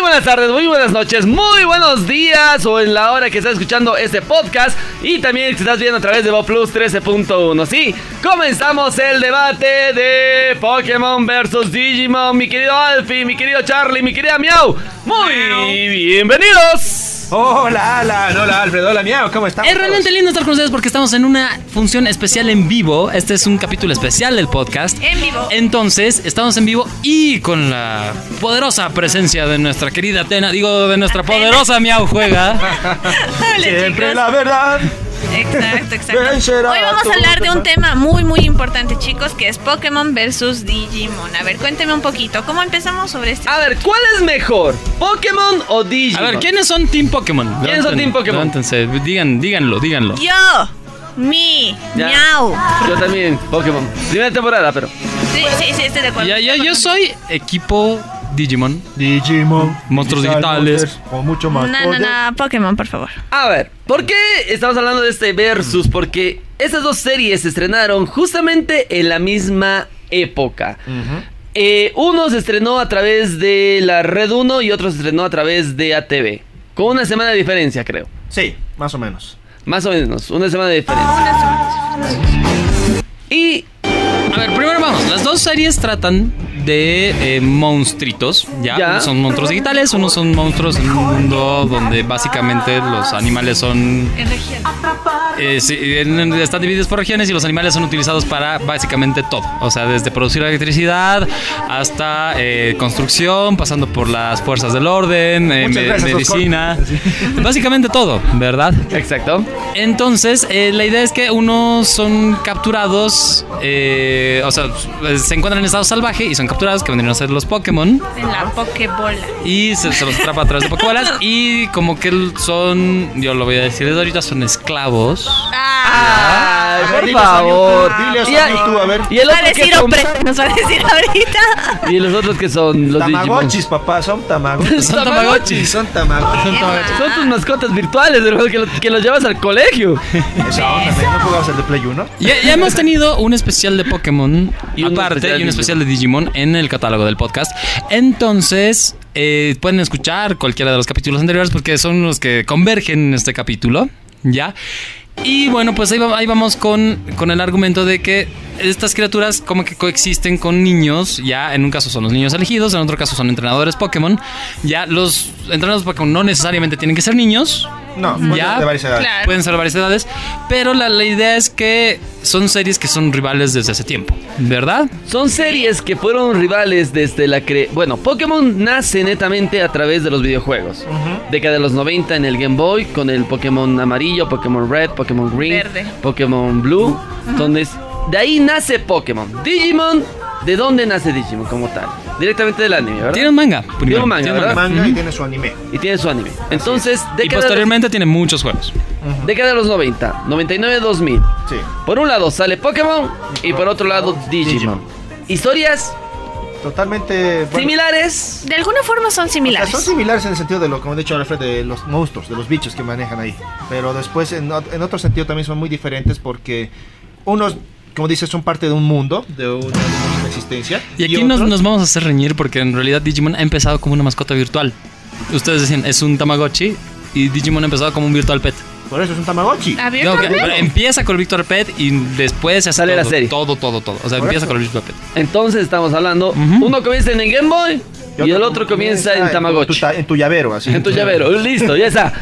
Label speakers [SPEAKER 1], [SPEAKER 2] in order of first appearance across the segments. [SPEAKER 1] buenas tardes, muy buenas noches, muy buenos días o en la hora que estás escuchando este podcast y también si estás viendo a través de Bob Plus 13.1. Sí, comenzamos el debate de Pokémon versus Digimon, mi querido Alfie, mi querido Charlie, mi querida Miau. Muy bienvenidos.
[SPEAKER 2] Hola, Alan, hola, Alfredo, hola, Miau, ¿cómo estamos?
[SPEAKER 3] Es realmente lindo estar con ustedes porque estamos en una función especial en vivo. Este es un capítulo especial del podcast.
[SPEAKER 4] En vivo.
[SPEAKER 3] Entonces, estamos en vivo y con la poderosa presencia de nuestra querida Atena, digo, de nuestra
[SPEAKER 4] Atena.
[SPEAKER 3] poderosa Miau Juega.
[SPEAKER 4] Hola,
[SPEAKER 2] Siempre
[SPEAKER 4] chicos.
[SPEAKER 2] la verdad.
[SPEAKER 4] Exacto, exacto.
[SPEAKER 2] Vencerá
[SPEAKER 4] Hoy vamos
[SPEAKER 2] tu
[SPEAKER 4] a hablar de un
[SPEAKER 2] verdad.
[SPEAKER 4] tema muy, muy importante, chicos, que es Pokémon versus Digimon. A ver, cuénteme un poquito, ¿cómo empezamos sobre este?
[SPEAKER 1] A ver, ¿cuál es mejor? ¿Pokémon o Digimon?
[SPEAKER 3] A ver, ¿quiénes son Team Pokémon?
[SPEAKER 1] ¿Quiénes son
[SPEAKER 3] Levanten-
[SPEAKER 1] Team Pokémon?
[SPEAKER 3] levántense, digan, díganlo, díganlo.
[SPEAKER 4] Yo, mi,
[SPEAKER 1] Ya.
[SPEAKER 4] miau.
[SPEAKER 1] Yo también, Pokémon. Primera temporada, pero.
[SPEAKER 4] Sí, sí, sí, estoy de acuerdo.
[SPEAKER 3] Ya, ya,
[SPEAKER 4] Estoy de
[SPEAKER 3] yo
[SPEAKER 4] acuerdo.
[SPEAKER 3] soy equipo Digimon.
[SPEAKER 2] Digimon.
[SPEAKER 3] Monstruos
[SPEAKER 2] Digital
[SPEAKER 3] digitales.
[SPEAKER 2] Monsters, O mucho más.
[SPEAKER 4] No, no, no, Pokémon, por favor.
[SPEAKER 1] A ver, ¿por qué estamos hablando de este versus? Porque estas dos series se estrenaron justamente en la misma época. Eh, uno se estrenó a través de la Red 1 y otro se estrenó a través de ATV. Con una semana de diferencia, creo.
[SPEAKER 2] Sí, más o menos.
[SPEAKER 1] Más o menos, una semana de diferencia. Y
[SPEAKER 3] A ver, primero vamos. Las dos series tratan de eh, monstruitos, ¿ya?
[SPEAKER 1] Ya.
[SPEAKER 3] Unos son monstruos digitales, unos son monstruos en un mundo donde básicamente los animales son...
[SPEAKER 4] En región.
[SPEAKER 3] eh, sí, en- en- están divididos por regiones y los animales son utilizados para básicamente todo. O sea, desde producir electricidad hasta eh, construcción, pasando por las fuerzas del orden, eh,
[SPEAKER 2] Muchas
[SPEAKER 3] me-
[SPEAKER 2] gracias, Oscar.
[SPEAKER 3] medicina. Básicamente todo, ¿verdad?
[SPEAKER 1] Exacto.
[SPEAKER 3] Entonces, eh, la idea es que unos son capturados, eh, o sea, se encuentran en estado salvaje y son capturados, que vendrían a ser los Pokémon,
[SPEAKER 4] En la Pokébola.
[SPEAKER 3] y se, se los atrapa a través de Pokébolas, y como que son, yo lo voy a decir desde ahorita, son esclavos.
[SPEAKER 4] Ah,
[SPEAKER 1] Ay,
[SPEAKER 2] A ver,
[SPEAKER 1] por
[SPEAKER 2] diles a
[SPEAKER 1] favor.
[SPEAKER 2] Mewtwo, diles a
[SPEAKER 1] Y a-
[SPEAKER 2] Mewtwo, a ver.
[SPEAKER 1] Y el
[SPEAKER 4] va a
[SPEAKER 1] otro que
[SPEAKER 4] decir
[SPEAKER 1] son-
[SPEAKER 4] hombre, nos va a decir ahorita.
[SPEAKER 1] y los otros que son los Digimon.
[SPEAKER 2] Tamagotchis, papá, son tamagotchis.
[SPEAKER 3] Son
[SPEAKER 2] Sí,
[SPEAKER 3] Tamagotchis.
[SPEAKER 2] son tamagotchis.
[SPEAKER 3] Son Tamagotchis.
[SPEAKER 1] Son tus mascotas virtuales, hermano, que, lo- que los llevas al colegio.
[SPEAKER 2] Esa onda, ¿no? ¿no jugabas el de Play 1?
[SPEAKER 3] Ya, ya hemos tenido un especial de Pokémon
[SPEAKER 1] Y
[SPEAKER 3] y
[SPEAKER 1] un
[SPEAKER 3] aparte
[SPEAKER 1] especial
[SPEAKER 3] y un
[SPEAKER 1] de
[SPEAKER 3] especial de Digimon en el catálogo del podcast. Entonces, eh, pueden escuchar cualquiera de los capítulos anteriores porque son los que convergen en este capítulo, ¿ya? Y bueno, pues ahí, va- ahí vamos con, con el argumento de que estas criaturas como que coexisten con niños, ya en un caso son los niños elegidos, en otro caso son entrenadores Pokémon, ya los entrenadores Pokémon no necesariamente tienen que ser niños,
[SPEAKER 2] No,
[SPEAKER 3] Ya.
[SPEAKER 2] ya. de varias edades.
[SPEAKER 4] Claro.
[SPEAKER 3] Pueden ser varias edades, pero la, la idea es que son series que son rivales desde hace tiempo, ¿verdad?
[SPEAKER 1] Son series que fueron rivales desde la cre... Bueno, Pokémon nace netamente a través de los videojuegos. Década de los 90 en el Game Boy, con el Pokémon amarillo, Pokémon Red, Pokémon Green,
[SPEAKER 4] Verde.
[SPEAKER 1] Pokémon Blue. Entonces, de ahí nace Pokémon. Digimon, ¿de dónde nace Digimon como tal? Directamente del anime, ¿verdad?
[SPEAKER 3] Tiene un manga. primero,
[SPEAKER 1] Tiene un manga,
[SPEAKER 3] tiene
[SPEAKER 1] ¿verdad?
[SPEAKER 2] Manga y tiene su anime.
[SPEAKER 1] Y tiene su anime. Entonces,
[SPEAKER 3] Y
[SPEAKER 1] década,
[SPEAKER 3] posteriormente tiene muchos juegos.
[SPEAKER 1] de... década de los 90, 99-2000.
[SPEAKER 2] Sí.
[SPEAKER 1] Por un lado sale Pokémon y por otro lado Digimon.
[SPEAKER 2] Digimon.
[SPEAKER 1] Historias
[SPEAKER 2] Totalmente. bueno,
[SPEAKER 1] similares.
[SPEAKER 4] De alguna forma son
[SPEAKER 2] o sea,
[SPEAKER 4] similares.
[SPEAKER 2] son similares en el sentido de lo, como he dicho Alfred, de los monstruos, de los bichos que manejan ahí. Pero después, en, ot- en otro sentido, también son muy diferentes porque unos, como dices, son parte de un mundo, de una, de una existencia.
[SPEAKER 3] Y aquí nos,
[SPEAKER 2] otros-
[SPEAKER 3] nos vamos a hacer reñir porque en realidad Digimon ha empezado como una mascota virtual. Ustedes decían, es un Tamagotchi y Digimon ha empezado como un Virtual Pet.
[SPEAKER 2] Por eso es un Tamagotchi.
[SPEAKER 4] ¿Abierto
[SPEAKER 3] No, que-
[SPEAKER 4] a ver?
[SPEAKER 3] empieza con el Virtual Pet y después se hace
[SPEAKER 1] Sale
[SPEAKER 3] todo,
[SPEAKER 1] la serie.
[SPEAKER 3] todo, todo, todo. O sea,
[SPEAKER 2] Por
[SPEAKER 3] empieza
[SPEAKER 2] eso.
[SPEAKER 3] con el Virtual Pet.
[SPEAKER 1] Entonces estamos hablando.
[SPEAKER 3] Ujú.
[SPEAKER 1] Uno comienza en el Game Boy y el otro comienza en
[SPEAKER 2] tu- tu
[SPEAKER 1] Tamagotchi.
[SPEAKER 2] ta- en tu llavero, así.
[SPEAKER 1] En tu llavero. Listo, ya está.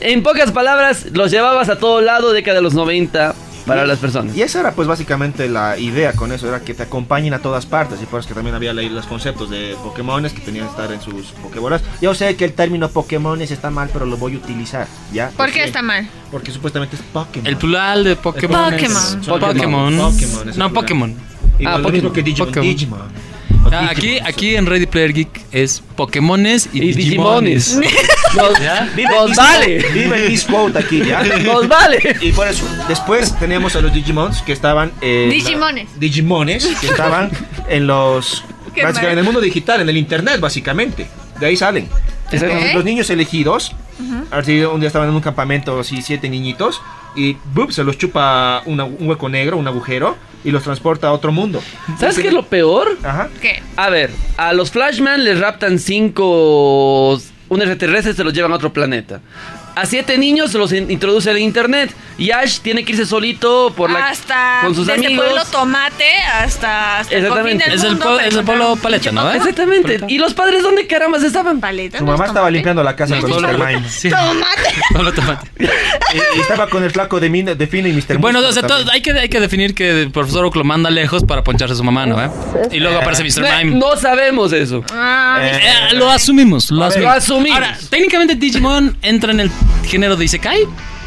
[SPEAKER 1] En pocas palabras, los llevabas a todo lado década de los 90 para las personas.
[SPEAKER 2] Y esa era pues básicamente la idea con eso, era que te acompañen a todas partes. Y por eso que también había leído los conceptos de Pokémones que tenían que estar en sus Pokébolas. Yo sé que el término Pokémones está mal, pero lo voy a utilizar, ¿ya?
[SPEAKER 4] ¿Por qué
[SPEAKER 2] Porque-
[SPEAKER 4] está mal?
[SPEAKER 2] Porque supuestamente es Pokémon.
[SPEAKER 3] El plural de Pokémon. es-
[SPEAKER 4] Pokémon.
[SPEAKER 3] Pokémon.
[SPEAKER 2] Pokémon, es el
[SPEAKER 3] No,
[SPEAKER 2] plural.
[SPEAKER 3] Pokémon.
[SPEAKER 2] Igual
[SPEAKER 1] Ah,
[SPEAKER 2] lo
[SPEAKER 1] Pokémon.
[SPEAKER 2] mismo que Digimon.
[SPEAKER 3] Pokémon.
[SPEAKER 2] Digimon. O
[SPEAKER 3] Ah,
[SPEAKER 2] Digimon,
[SPEAKER 3] aquí,
[SPEAKER 2] sí.
[SPEAKER 3] aquí en Ready Player Geek es Pokémones y,
[SPEAKER 1] Y Digimones.
[SPEAKER 3] Digimones.
[SPEAKER 1] Nos,
[SPEAKER 3] ¿Ya?
[SPEAKER 1] nos vale.
[SPEAKER 2] Vive el misquote aquí, ¿ya?
[SPEAKER 1] Nos vale.
[SPEAKER 2] Y por eso, después teníamos a los Digimons que estaban. eh,
[SPEAKER 4] Digimones.
[SPEAKER 2] la- Digimones que estaban en los.
[SPEAKER 4] Qué
[SPEAKER 2] básicamente,
[SPEAKER 4] mal.
[SPEAKER 2] en el mundo digital, en el internet, básicamente. De ahí salen.
[SPEAKER 1] Exacto.
[SPEAKER 4] Ok.
[SPEAKER 2] Los niños elegidos Así un día estaban en un campamento, así siete niñitos, y ¡bup! se los chupa una- un hueco negro, un agujero, y los transporta a otro mundo.
[SPEAKER 1] ¿Sabes qué es lo peor?
[SPEAKER 2] Ajá.
[SPEAKER 4] ¿Qué?
[SPEAKER 1] A ver, a los Flashman les raptan cinco. Un extraterrestre se los llevan a otro planeta. A siete niños se los in- introduce al internet. Y Ash tiene que irse solito por la.
[SPEAKER 4] hasta
[SPEAKER 1] con sus
[SPEAKER 4] desde
[SPEAKER 1] amigos.
[SPEAKER 4] Pueblo Tomate hasta, hasta el confín
[SPEAKER 1] Exactamente.
[SPEAKER 4] del
[SPEAKER 3] Es el,
[SPEAKER 4] mundo
[SPEAKER 3] pue-
[SPEAKER 4] para
[SPEAKER 3] es el pueblo
[SPEAKER 4] encontrar
[SPEAKER 3] paleta, ¿no? ¿Eh?
[SPEAKER 1] Ah, Exactamente. ¿Y los padres dónde caramba estaban?
[SPEAKER 4] paleta,
[SPEAKER 2] Su
[SPEAKER 4] ¿no ¿eh? es
[SPEAKER 2] mamá estaba
[SPEAKER 4] tomate?
[SPEAKER 2] limpiando la casa con Mr. Mime.
[SPEAKER 3] Sí.
[SPEAKER 4] Tomate.
[SPEAKER 3] Pueblo tomate.
[SPEAKER 2] Y, y estaba con el flaco de, Min- de Finn y Mr.
[SPEAKER 3] Bueno,
[SPEAKER 2] Mustard
[SPEAKER 3] o sea,
[SPEAKER 2] también. Eh,
[SPEAKER 3] todo- hay, que, hay que definir que el profesor Oak lo manda lejos para poncharse a su mamá, ¿no? ¿Eh? Y luego aparece Mr.
[SPEAKER 1] No,
[SPEAKER 3] Mime.
[SPEAKER 1] Pues, no sabemos eso.
[SPEAKER 4] Ah,
[SPEAKER 2] Eh,
[SPEAKER 4] mira.
[SPEAKER 3] Eh, lo asumimos, lo
[SPEAKER 1] Lo
[SPEAKER 3] asumimos.
[SPEAKER 1] asumimos.
[SPEAKER 3] Ahora, técnicamente Digimon entra en el género de Isekai.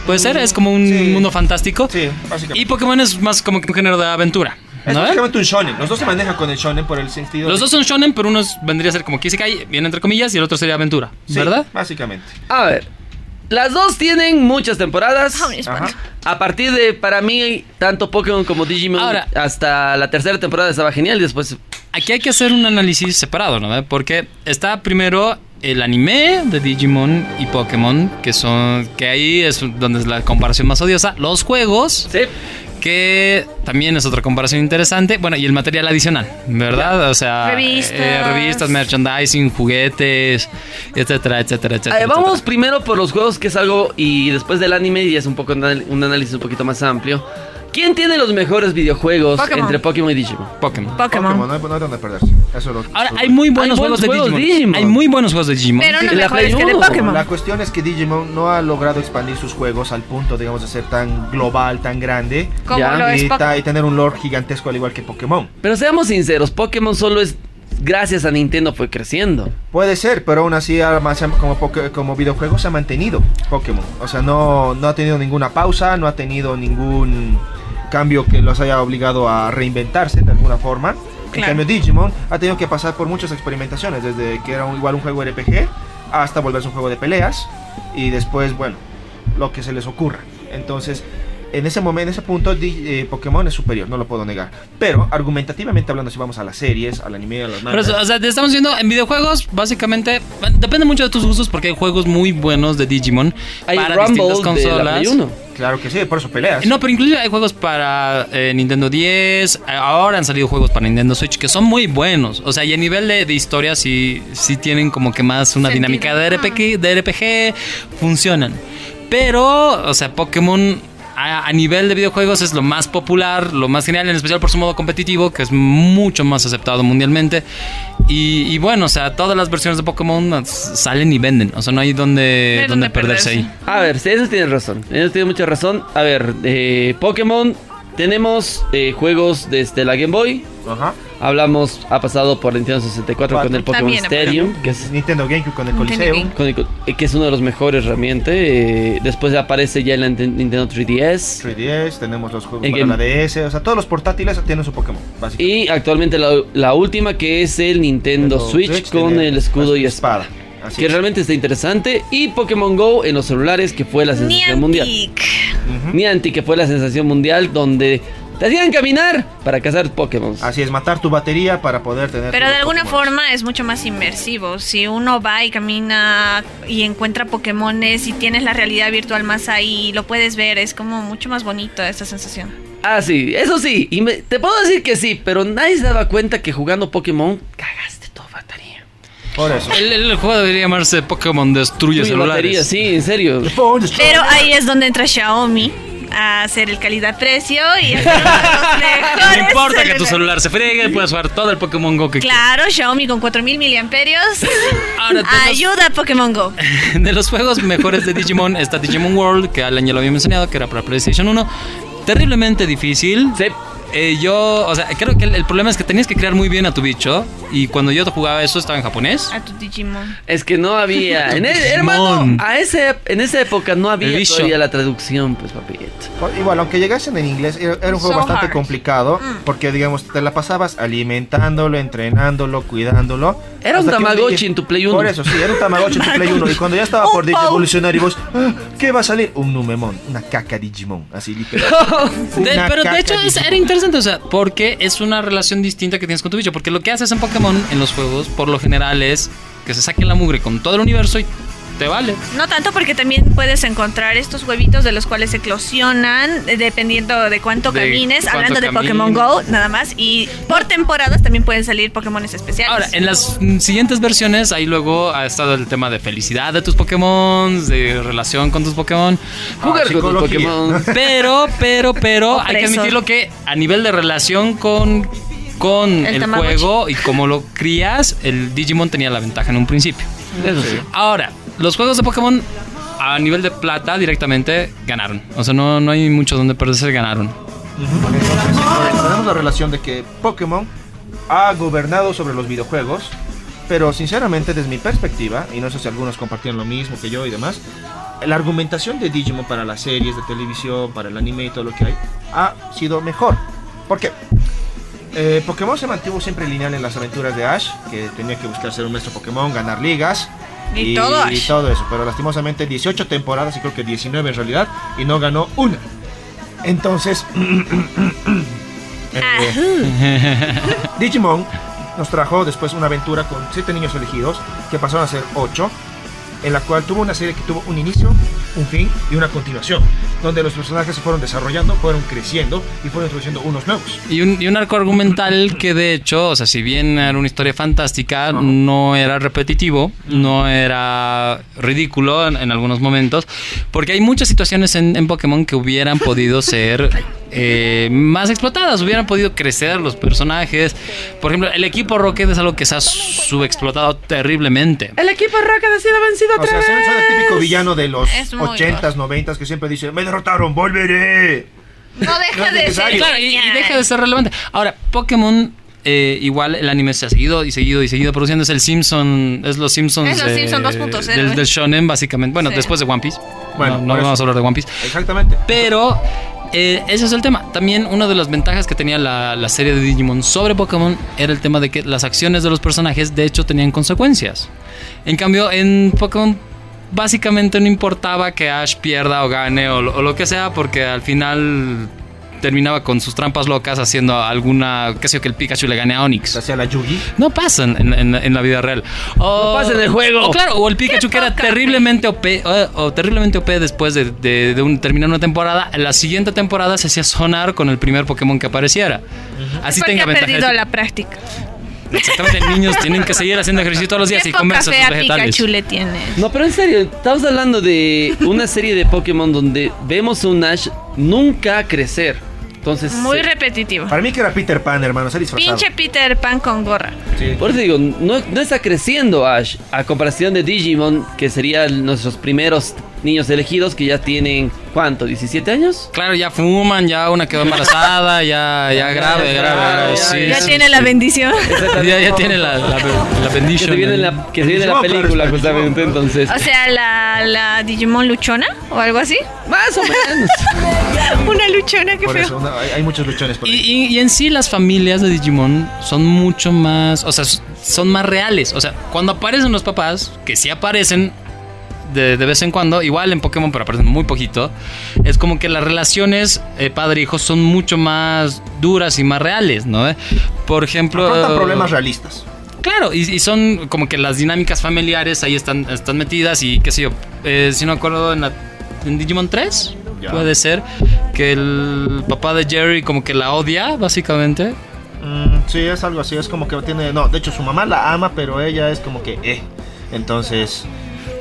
[SPEAKER 3] Puede ser, es como un
[SPEAKER 2] Sí.
[SPEAKER 3] mundo fantástico.
[SPEAKER 2] Sí,
[SPEAKER 3] Y
[SPEAKER 2] básicamente.
[SPEAKER 3] Pokémon es más como que un género de aventura.
[SPEAKER 2] es
[SPEAKER 3] ah, ¿no? eh?
[SPEAKER 2] básicamente un shonen. Los dos se manejan con el shonen por el sentido.
[SPEAKER 3] Los
[SPEAKER 2] de-
[SPEAKER 3] dos son shonen, pero uno vendría a ser como que Isekai, bien entre comillas, y el otro sería aventura,
[SPEAKER 2] Sí,
[SPEAKER 3] ¿verdad?
[SPEAKER 2] Básicamente.
[SPEAKER 1] A ver. Las dos tienen muchas temporadas.
[SPEAKER 4] Ah, es
[SPEAKER 2] Ajá.
[SPEAKER 4] bueno.
[SPEAKER 1] A partir de, para mí, tanto Pokémon como Digimon,
[SPEAKER 3] Ahora-
[SPEAKER 1] hasta la tercera temporada estaba genial y después...
[SPEAKER 3] Aquí hay que hacer un análisis separado, ¿no? Porque está primero el anime de Digimon y Pokémon, que son que ahí es donde es la comparación más odiosa, los juegos,
[SPEAKER 1] Sí.
[SPEAKER 3] que también es otra comparación interesante, bueno, y el material adicional, ¿verdad? O sea, eh,
[SPEAKER 4] Revistas.
[SPEAKER 3] revistas, merchandising, juguetes, etcétera, etcétera,
[SPEAKER 1] A
[SPEAKER 3] etcétera.
[SPEAKER 1] ver, vamos
[SPEAKER 3] etcétera.
[SPEAKER 1] primero por los juegos, que es algo, y después del anime, y es un poco anal- un análisis un poquito más amplio. ¿Quién tiene los mejores videojuegos
[SPEAKER 4] Pokémon.
[SPEAKER 1] entre Pokémon y Digimon?
[SPEAKER 3] Pokémon.
[SPEAKER 4] Pokémon.
[SPEAKER 2] Pokémon, no hay, no hay donde perderse. Eso es lo
[SPEAKER 3] Ahora, hay muy buenos,
[SPEAKER 1] buenos
[SPEAKER 3] juegos,
[SPEAKER 1] juegos
[SPEAKER 3] de Digimon.
[SPEAKER 1] Digimon.
[SPEAKER 3] Hay muy buenos juegos de Digimon.
[SPEAKER 4] Pero no
[SPEAKER 1] La
[SPEAKER 4] mejores
[SPEAKER 1] Play
[SPEAKER 4] que de
[SPEAKER 1] uno.
[SPEAKER 4] Pokémon.
[SPEAKER 2] La cuestión es que Digimon no ha logrado expandir sus juegos al punto, digamos, de ser tan global, tan grande.
[SPEAKER 4] Como
[SPEAKER 1] Ya,
[SPEAKER 4] lo es
[SPEAKER 2] Y, ta-
[SPEAKER 4] Pokémon.
[SPEAKER 2] y tener un lore gigantesco al igual que Pokémon.
[SPEAKER 1] Pero seamos sinceros, Pokémon solo es gracias a Nintendo fue creciendo.
[SPEAKER 2] Puede ser, pero aún así, además, se ha- como, poke- como videojuego, se ha mantenido Pokémon. O sea, no, no ha tenido ninguna pausa, no ha tenido ningún cambio que los haya obligado a reinventarse de alguna forma. En
[SPEAKER 4] Claro.
[SPEAKER 2] cambio, Digimon ha tenido que pasar por muchas experimentaciones, desde que era un- igual un juego RPG hasta volverse un juego de peleas y después, bueno, lo que se les ocurra. Entonces, en ese momento, en ese punto, Di- eh, Pokémon es superior, no lo puedo negar. Pero, argumentativamente hablando, si vamos a las series, al anime, a las
[SPEAKER 3] Pero,
[SPEAKER 2] mangas,
[SPEAKER 3] o sea, te estamos viendo en videojuegos, básicamente, bueno, depende mucho de tus gustos porque hay juegos muy buenos de Digimon
[SPEAKER 1] Hay
[SPEAKER 3] para
[SPEAKER 1] Rumble
[SPEAKER 3] distintas
[SPEAKER 1] de la
[SPEAKER 3] consolas.
[SPEAKER 1] Play 1.
[SPEAKER 2] claro que sí, por eso peleas.
[SPEAKER 3] No, pero inclusive hay juegos para eh, Nintendo 10, ahora han salido juegos para Nintendo Switch que son muy buenos. O sea, y a nivel de, de historia sí, sí tienen como que más una
[SPEAKER 4] Sentido.
[SPEAKER 3] dinámica de RPG, de RPG, funcionan. Pero, o sea, Pokémon a, a nivel de videojuegos es lo más popular, lo más genial, en especial por su modo competitivo, que es mucho más aceptado mundialmente. Y, y bueno, o sea, todas las versiones de Pokémon s- salen y venden. O sea, no hay donde,
[SPEAKER 4] No hay
[SPEAKER 3] donde
[SPEAKER 4] donde
[SPEAKER 3] perderse,
[SPEAKER 4] perderse.
[SPEAKER 3] ahí.
[SPEAKER 1] A ver, sí, eso tienes razón. Eso tiene mucha razón. A ver, eh, Pokémon, tenemos eh, juegos desde la Game Boy.
[SPEAKER 2] Ajá.
[SPEAKER 1] Hablamos, ha pasado por Nintendo 64 con el Pokémon
[SPEAKER 4] También,
[SPEAKER 1] Stadium, que es,
[SPEAKER 2] Nintendo GameCube con el
[SPEAKER 4] Nintendo
[SPEAKER 2] Coliseo.
[SPEAKER 4] Game.
[SPEAKER 1] con el- eh, que es uno de los mejores realmente. eh, después aparece ya en la Nint- Nintendo 3DS.
[SPEAKER 2] 3DS, tenemos los juegos
[SPEAKER 1] En
[SPEAKER 2] para
[SPEAKER 1] Game-
[SPEAKER 2] la DS, o sea, todos los portátiles tienen su Pokémon, básicamente.
[SPEAKER 1] Y actualmente la, la última que es el Nintendo
[SPEAKER 2] Pero
[SPEAKER 1] Switch, con
[SPEAKER 2] tiene
[SPEAKER 1] el escudo y espada.
[SPEAKER 2] Así
[SPEAKER 1] Que
[SPEAKER 2] es.
[SPEAKER 1] realmente está interesante. Y Pokémon Go en los celulares, que fue la sensación mundial.
[SPEAKER 4] Niantic.
[SPEAKER 2] Ujú.
[SPEAKER 1] Niantic, que fue la sensación mundial donde te hacían caminar para cazar Pokémon.
[SPEAKER 2] Así es, matar tu batería para poder tener.
[SPEAKER 4] Pero
[SPEAKER 2] tus
[SPEAKER 4] de alguna
[SPEAKER 2] Pokémon.
[SPEAKER 4] forma es mucho más inmersivo. Si uno va y camina y encuentra Pokémones y tienes la realidad virtual más ahí, lo puedes ver, es como mucho más bonito esta sensación.
[SPEAKER 1] Ah, sí, eso sí. Y me- te puedo decir que sí, pero nadie se daba cuenta que jugando Pokémon cagaste tu batería.
[SPEAKER 2] Por eso.
[SPEAKER 3] El, el juego debería llamarse Pokémon Destruye
[SPEAKER 1] Tu
[SPEAKER 3] Celulares.
[SPEAKER 1] batería, sí, en serio.
[SPEAKER 4] Pero ahí es donde entra Xiaomi a hacer el calidad-precio y hacer uno de los
[SPEAKER 3] No
[SPEAKER 4] mejores
[SPEAKER 3] importa que tu
[SPEAKER 4] celulares.
[SPEAKER 3] celular se friegue, puedes jugar todo el Pokémon Go que
[SPEAKER 4] Claro, Xiaomi con 4000 miliamperios.
[SPEAKER 3] Ahora tenemos-
[SPEAKER 4] Ayuda a Pokémon Go.
[SPEAKER 3] quieras. De los juegos mejores de Digimon está Digimon World, que Alan ya lo había mencionado, que era para PlayStation 1. Terriblemente difícil.
[SPEAKER 1] Sí.
[SPEAKER 3] Eh, yo, o sea, creo que el, el problema es que tenías que crear muy bien a tu bicho. Y cuando yo jugaba eso estaba en japonés.
[SPEAKER 4] A tu Digimon.
[SPEAKER 1] Es que no había. En e- hermano,
[SPEAKER 3] Digimon.
[SPEAKER 1] a ese, en esa época no había
[SPEAKER 3] Bicho.
[SPEAKER 1] todavía la traducción, pues, papito.
[SPEAKER 2] Por- Igual, aunque llegasen en inglés, era era un juego
[SPEAKER 4] So
[SPEAKER 2] bastante
[SPEAKER 4] hard. Mm.
[SPEAKER 2] complicado. Porque, digamos, te la pasabas alimentándolo, entrenándolo, cuidándolo.
[SPEAKER 1] Era un
[SPEAKER 2] hasta que día-
[SPEAKER 1] Tamagotchi en tu Play uno.
[SPEAKER 2] Por eso, sí, era un Tamagotchi en tu Play 1. Y cuando ya estaba por
[SPEAKER 4] Un pau.
[SPEAKER 2] evolucionar y vos, "Ah, ¿qué va a salir? Un Numemon, una caca Digimon, así literal.
[SPEAKER 3] De-
[SPEAKER 2] Una
[SPEAKER 3] pero de
[SPEAKER 2] caca
[SPEAKER 3] hecho es-
[SPEAKER 2] Digimon.
[SPEAKER 3] era interesante, o sea, porque es una relación distinta que tienes con tu bicho. Porque lo que haces en Pokémon, en los juegos, por lo general es que se saque la mugre con todo el universo y te vale.
[SPEAKER 4] No tanto porque también puedes encontrar estos huevitos de los cuales eclosionan eh, dependiendo de cuánto
[SPEAKER 3] De
[SPEAKER 4] camines.
[SPEAKER 3] cuánto
[SPEAKER 4] hablando de Pokémon Go,
[SPEAKER 3] camines.
[SPEAKER 4] nada más. Y por temporadas también pueden salir Pokémones especiales.
[SPEAKER 3] Ahora, en las mm, siguientes versiones, ahí luego ha estado el tema de felicidad de tus Pokémon, de relación con tus Pokémon.
[SPEAKER 1] Jugar con tus
[SPEAKER 2] Ah, psicología.
[SPEAKER 1] Pokémon.
[SPEAKER 3] Pero, pero, pero, hay que
[SPEAKER 4] Opresor.
[SPEAKER 3] admitirlo que a nivel de relación con, con
[SPEAKER 4] El
[SPEAKER 3] el,
[SPEAKER 4] Tamagotchi.
[SPEAKER 3] juego y cómo lo crías, el Digimon tenía la ventaja en un principio.
[SPEAKER 1] Eso sí.
[SPEAKER 3] Ahora, los juegos de Pokémon a nivel de plata directamente ganaron. O sea, no, no hay mucho donde perderse, ganaron.
[SPEAKER 2] Entonces, eh, tenemos la relación de que Pokémon ha gobernado sobre los videojuegos, pero sinceramente desde mi perspectiva, y no sé si algunos compartían lo mismo que yo y demás, la argumentación de Digimon para las series de televisión, para el anime y todo lo que hay, ha sido mejor. ¿Por qué? Eh, Pokémon se mantuvo siempre lineal en las aventuras de Ash, que tenía que buscar ser un maestro Pokémon, ganar ligas.
[SPEAKER 4] Y todo Ash.
[SPEAKER 2] todo eso, pero lastimosamente 18 temporadas y creo que 19 en realidad, y no ganó una. Entonces, eh, Digimon nos trajo después una aventura con siete niños elegidos, que pasaron a ser ocho, en la cual tuvo una serie que tuvo un inicio, un fin y una continuación, donde los personajes se fueron desarrollando, fueron creciendo y fueron introduciendo unos nuevos.
[SPEAKER 3] Y un, y un arco argumental que de hecho, o sea, si bien era una historia fantástica, no era repetitivo, no era ridículo en, en algunos momentos, porque hay muchas situaciones en, en Pokémon que hubieran podido ser eh, más explotadas, hubieran podido crecer los personajes. Por ejemplo, el equipo Rocket es algo que se ha subexplotado terriblemente.
[SPEAKER 5] El equipo Rocket ha sido vencido
[SPEAKER 2] O
[SPEAKER 5] otra
[SPEAKER 2] sea,
[SPEAKER 5] vez.
[SPEAKER 2] son son el típico villano de los
[SPEAKER 4] Es muy
[SPEAKER 2] 80s, 90s que siempre dice, me derrotaron, volveré.
[SPEAKER 4] no
[SPEAKER 2] no
[SPEAKER 4] deja
[SPEAKER 2] es
[SPEAKER 4] de ser.
[SPEAKER 2] necesario.
[SPEAKER 3] Claro, y, y
[SPEAKER 4] genial.
[SPEAKER 3] deja de ser relevante. Ahora, Pokémon, eh, igual el anime se ha seguido y seguido y seguido produciendo. Es el Simpson, es los Simpsons.
[SPEAKER 4] Es los
[SPEAKER 3] eh,
[SPEAKER 4] Simpson 2.0,
[SPEAKER 3] Del,
[SPEAKER 4] eh.
[SPEAKER 3] del Shonen, básicamente. Bueno,
[SPEAKER 4] Sí.
[SPEAKER 3] después de One Piece.
[SPEAKER 2] Bueno,
[SPEAKER 3] no,
[SPEAKER 2] por
[SPEAKER 3] no
[SPEAKER 2] eso.
[SPEAKER 3] vamos a hablar de One Piece.
[SPEAKER 2] Exactamente.
[SPEAKER 3] Pero eh, ese es el tema. También una de las ventajas que tenía la, la serie de Digimon sobre Pokémon era el tema de que las acciones de los personajes de hecho tenían consecuencias. En cambio, en Pokémon básicamente no importaba que Ash pierda o gane o, lo- o lo que sea porque al final terminaba con sus trampas locas haciendo alguna, qué sé yo, que el Pikachu le gane a Onix.
[SPEAKER 2] Hacia la Yugi.
[SPEAKER 3] No pasan en, en- en la vida real. O,
[SPEAKER 1] No pasa en el juego.
[SPEAKER 3] O claro, o el Pikachu que era
[SPEAKER 4] poca
[SPEAKER 3] terriblemente OP, o, o terriblemente OP después de, de- de un- terminar una temporada, en la siguiente temporada se hacía sonar con el primer Pokémon que apareciera. Así
[SPEAKER 4] Porque
[SPEAKER 3] tenga
[SPEAKER 4] ha
[SPEAKER 3] ventaja.
[SPEAKER 4] perdido la práctica.
[SPEAKER 3] Exactamente, niños tienen que seguir haciendo ejercicio todos los días
[SPEAKER 4] ¿Qué
[SPEAKER 3] y comer
[SPEAKER 4] poca
[SPEAKER 3] sus
[SPEAKER 4] fe a
[SPEAKER 3] vegetales.
[SPEAKER 4] Pikachu le tiene?
[SPEAKER 1] No, pero en serio, estamos hablando de una serie de Pokémon donde vemos un Ash nunca crecer. Entonces,
[SPEAKER 4] Muy
[SPEAKER 1] eh,
[SPEAKER 4] repetitivo.
[SPEAKER 2] Para mí que era Peter Pan, hermano, se ha disfrazado.
[SPEAKER 4] Pinche Peter Pan con gorra.
[SPEAKER 2] Sí.
[SPEAKER 1] por eso digo, no, no está creciendo Ash a comparación de Digimon, que serían nuestros primeros niños elegidos que ya tienen, ¿cuánto? ¿17 años?
[SPEAKER 3] Claro, ya fuman, ya una quedó embarazada, ya, ya grave, grave, grave,
[SPEAKER 1] ya,
[SPEAKER 3] sí,
[SPEAKER 1] ya
[SPEAKER 4] Ya
[SPEAKER 3] sí,
[SPEAKER 4] tiene
[SPEAKER 3] sí.
[SPEAKER 4] la bendición.
[SPEAKER 3] Ya, ya tiene la, la, la
[SPEAKER 1] Que
[SPEAKER 3] bendición
[SPEAKER 1] se viene
[SPEAKER 3] ahí.
[SPEAKER 1] la, que se viene la
[SPEAKER 2] Digimon, claro,
[SPEAKER 1] película
[SPEAKER 2] está
[SPEAKER 1] justamente
[SPEAKER 2] Digimon.
[SPEAKER 1] entonces.
[SPEAKER 4] O sea, la, la Digimon luchona o algo así.
[SPEAKER 1] Más o menos.
[SPEAKER 4] Una luchona, qué
[SPEAKER 2] Por eso,
[SPEAKER 4] feo.
[SPEAKER 2] una- hay, hay muchos luchones por
[SPEAKER 3] Y,
[SPEAKER 2] ahí.
[SPEAKER 3] y- y en sí las familias de Digimon son mucho más, o sea, s- son más reales. O sea, cuando aparecen los papás, que sí aparecen de, de vez en cuando, igual en Pokémon, pero aparecen muy poquito, es como que las relaciones eh, padre-hijo son mucho más duras y más reales, ¿no? Eh, Por ejemplo...
[SPEAKER 4] uh,
[SPEAKER 2] Afrontan problemas realistas.
[SPEAKER 3] Claro, y, y son como que las dinámicas familiares ahí están, están metidas y qué sé yo, eh, si no me acuerdo, en, la- en Digimon 3
[SPEAKER 2] Ya.
[SPEAKER 3] puede ser que el papá de Jerry como que la odia, básicamente.
[SPEAKER 2] Mm, sí, es algo así, es como que tiene... No, de hecho su mamá la ama, pero ella es como que... Eh. Entonces...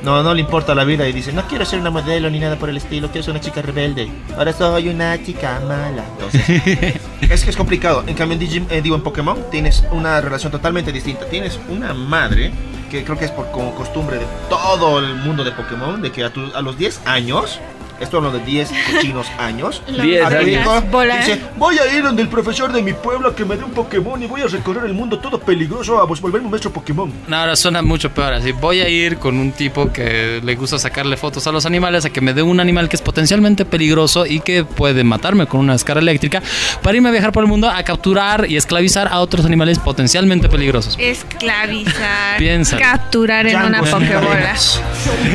[SPEAKER 2] No, no le importa la vida y dice, no quiero ser una modelo ni nada por el estilo, quiero ser una chica rebelde. Ahora soy una chica mala. Entonces, es que es complicado. En cambio, en, Digim- eh, digo, en Pokémon tienes una relación totalmente distinta. Tienes una madre, que creo que es por como costumbre de todo el mundo de Pokémon, de que a, tu- a los 10 años, esto hablo de 10 cochinos años,
[SPEAKER 1] Diez
[SPEAKER 2] a tu
[SPEAKER 1] años.
[SPEAKER 2] hijo,
[SPEAKER 4] Bola.
[SPEAKER 2] dice, voy a ir donde el profesor de mi pueblo a que me dé un Pokémon y voy a recorrer el mundo todo peligroso a vos- volverme un maestro Pokémon.
[SPEAKER 3] No, ahora suena mucho peor, así voy a ir con un tipo que le gusta sacarle fotos a los animales a que me dé un animal que es potencialmente peligroso y que puede matarme con una escara eléctrica para irme a viajar por el mundo a capturar y esclavizar a otros animales potencialmente peligrosos.
[SPEAKER 4] Esclavizar.
[SPEAKER 3] Piénsalo.
[SPEAKER 4] Capturar en una
[SPEAKER 2] Django sin
[SPEAKER 4] pokebola.
[SPEAKER 3] Ah,
[SPEAKER 2] cadenas.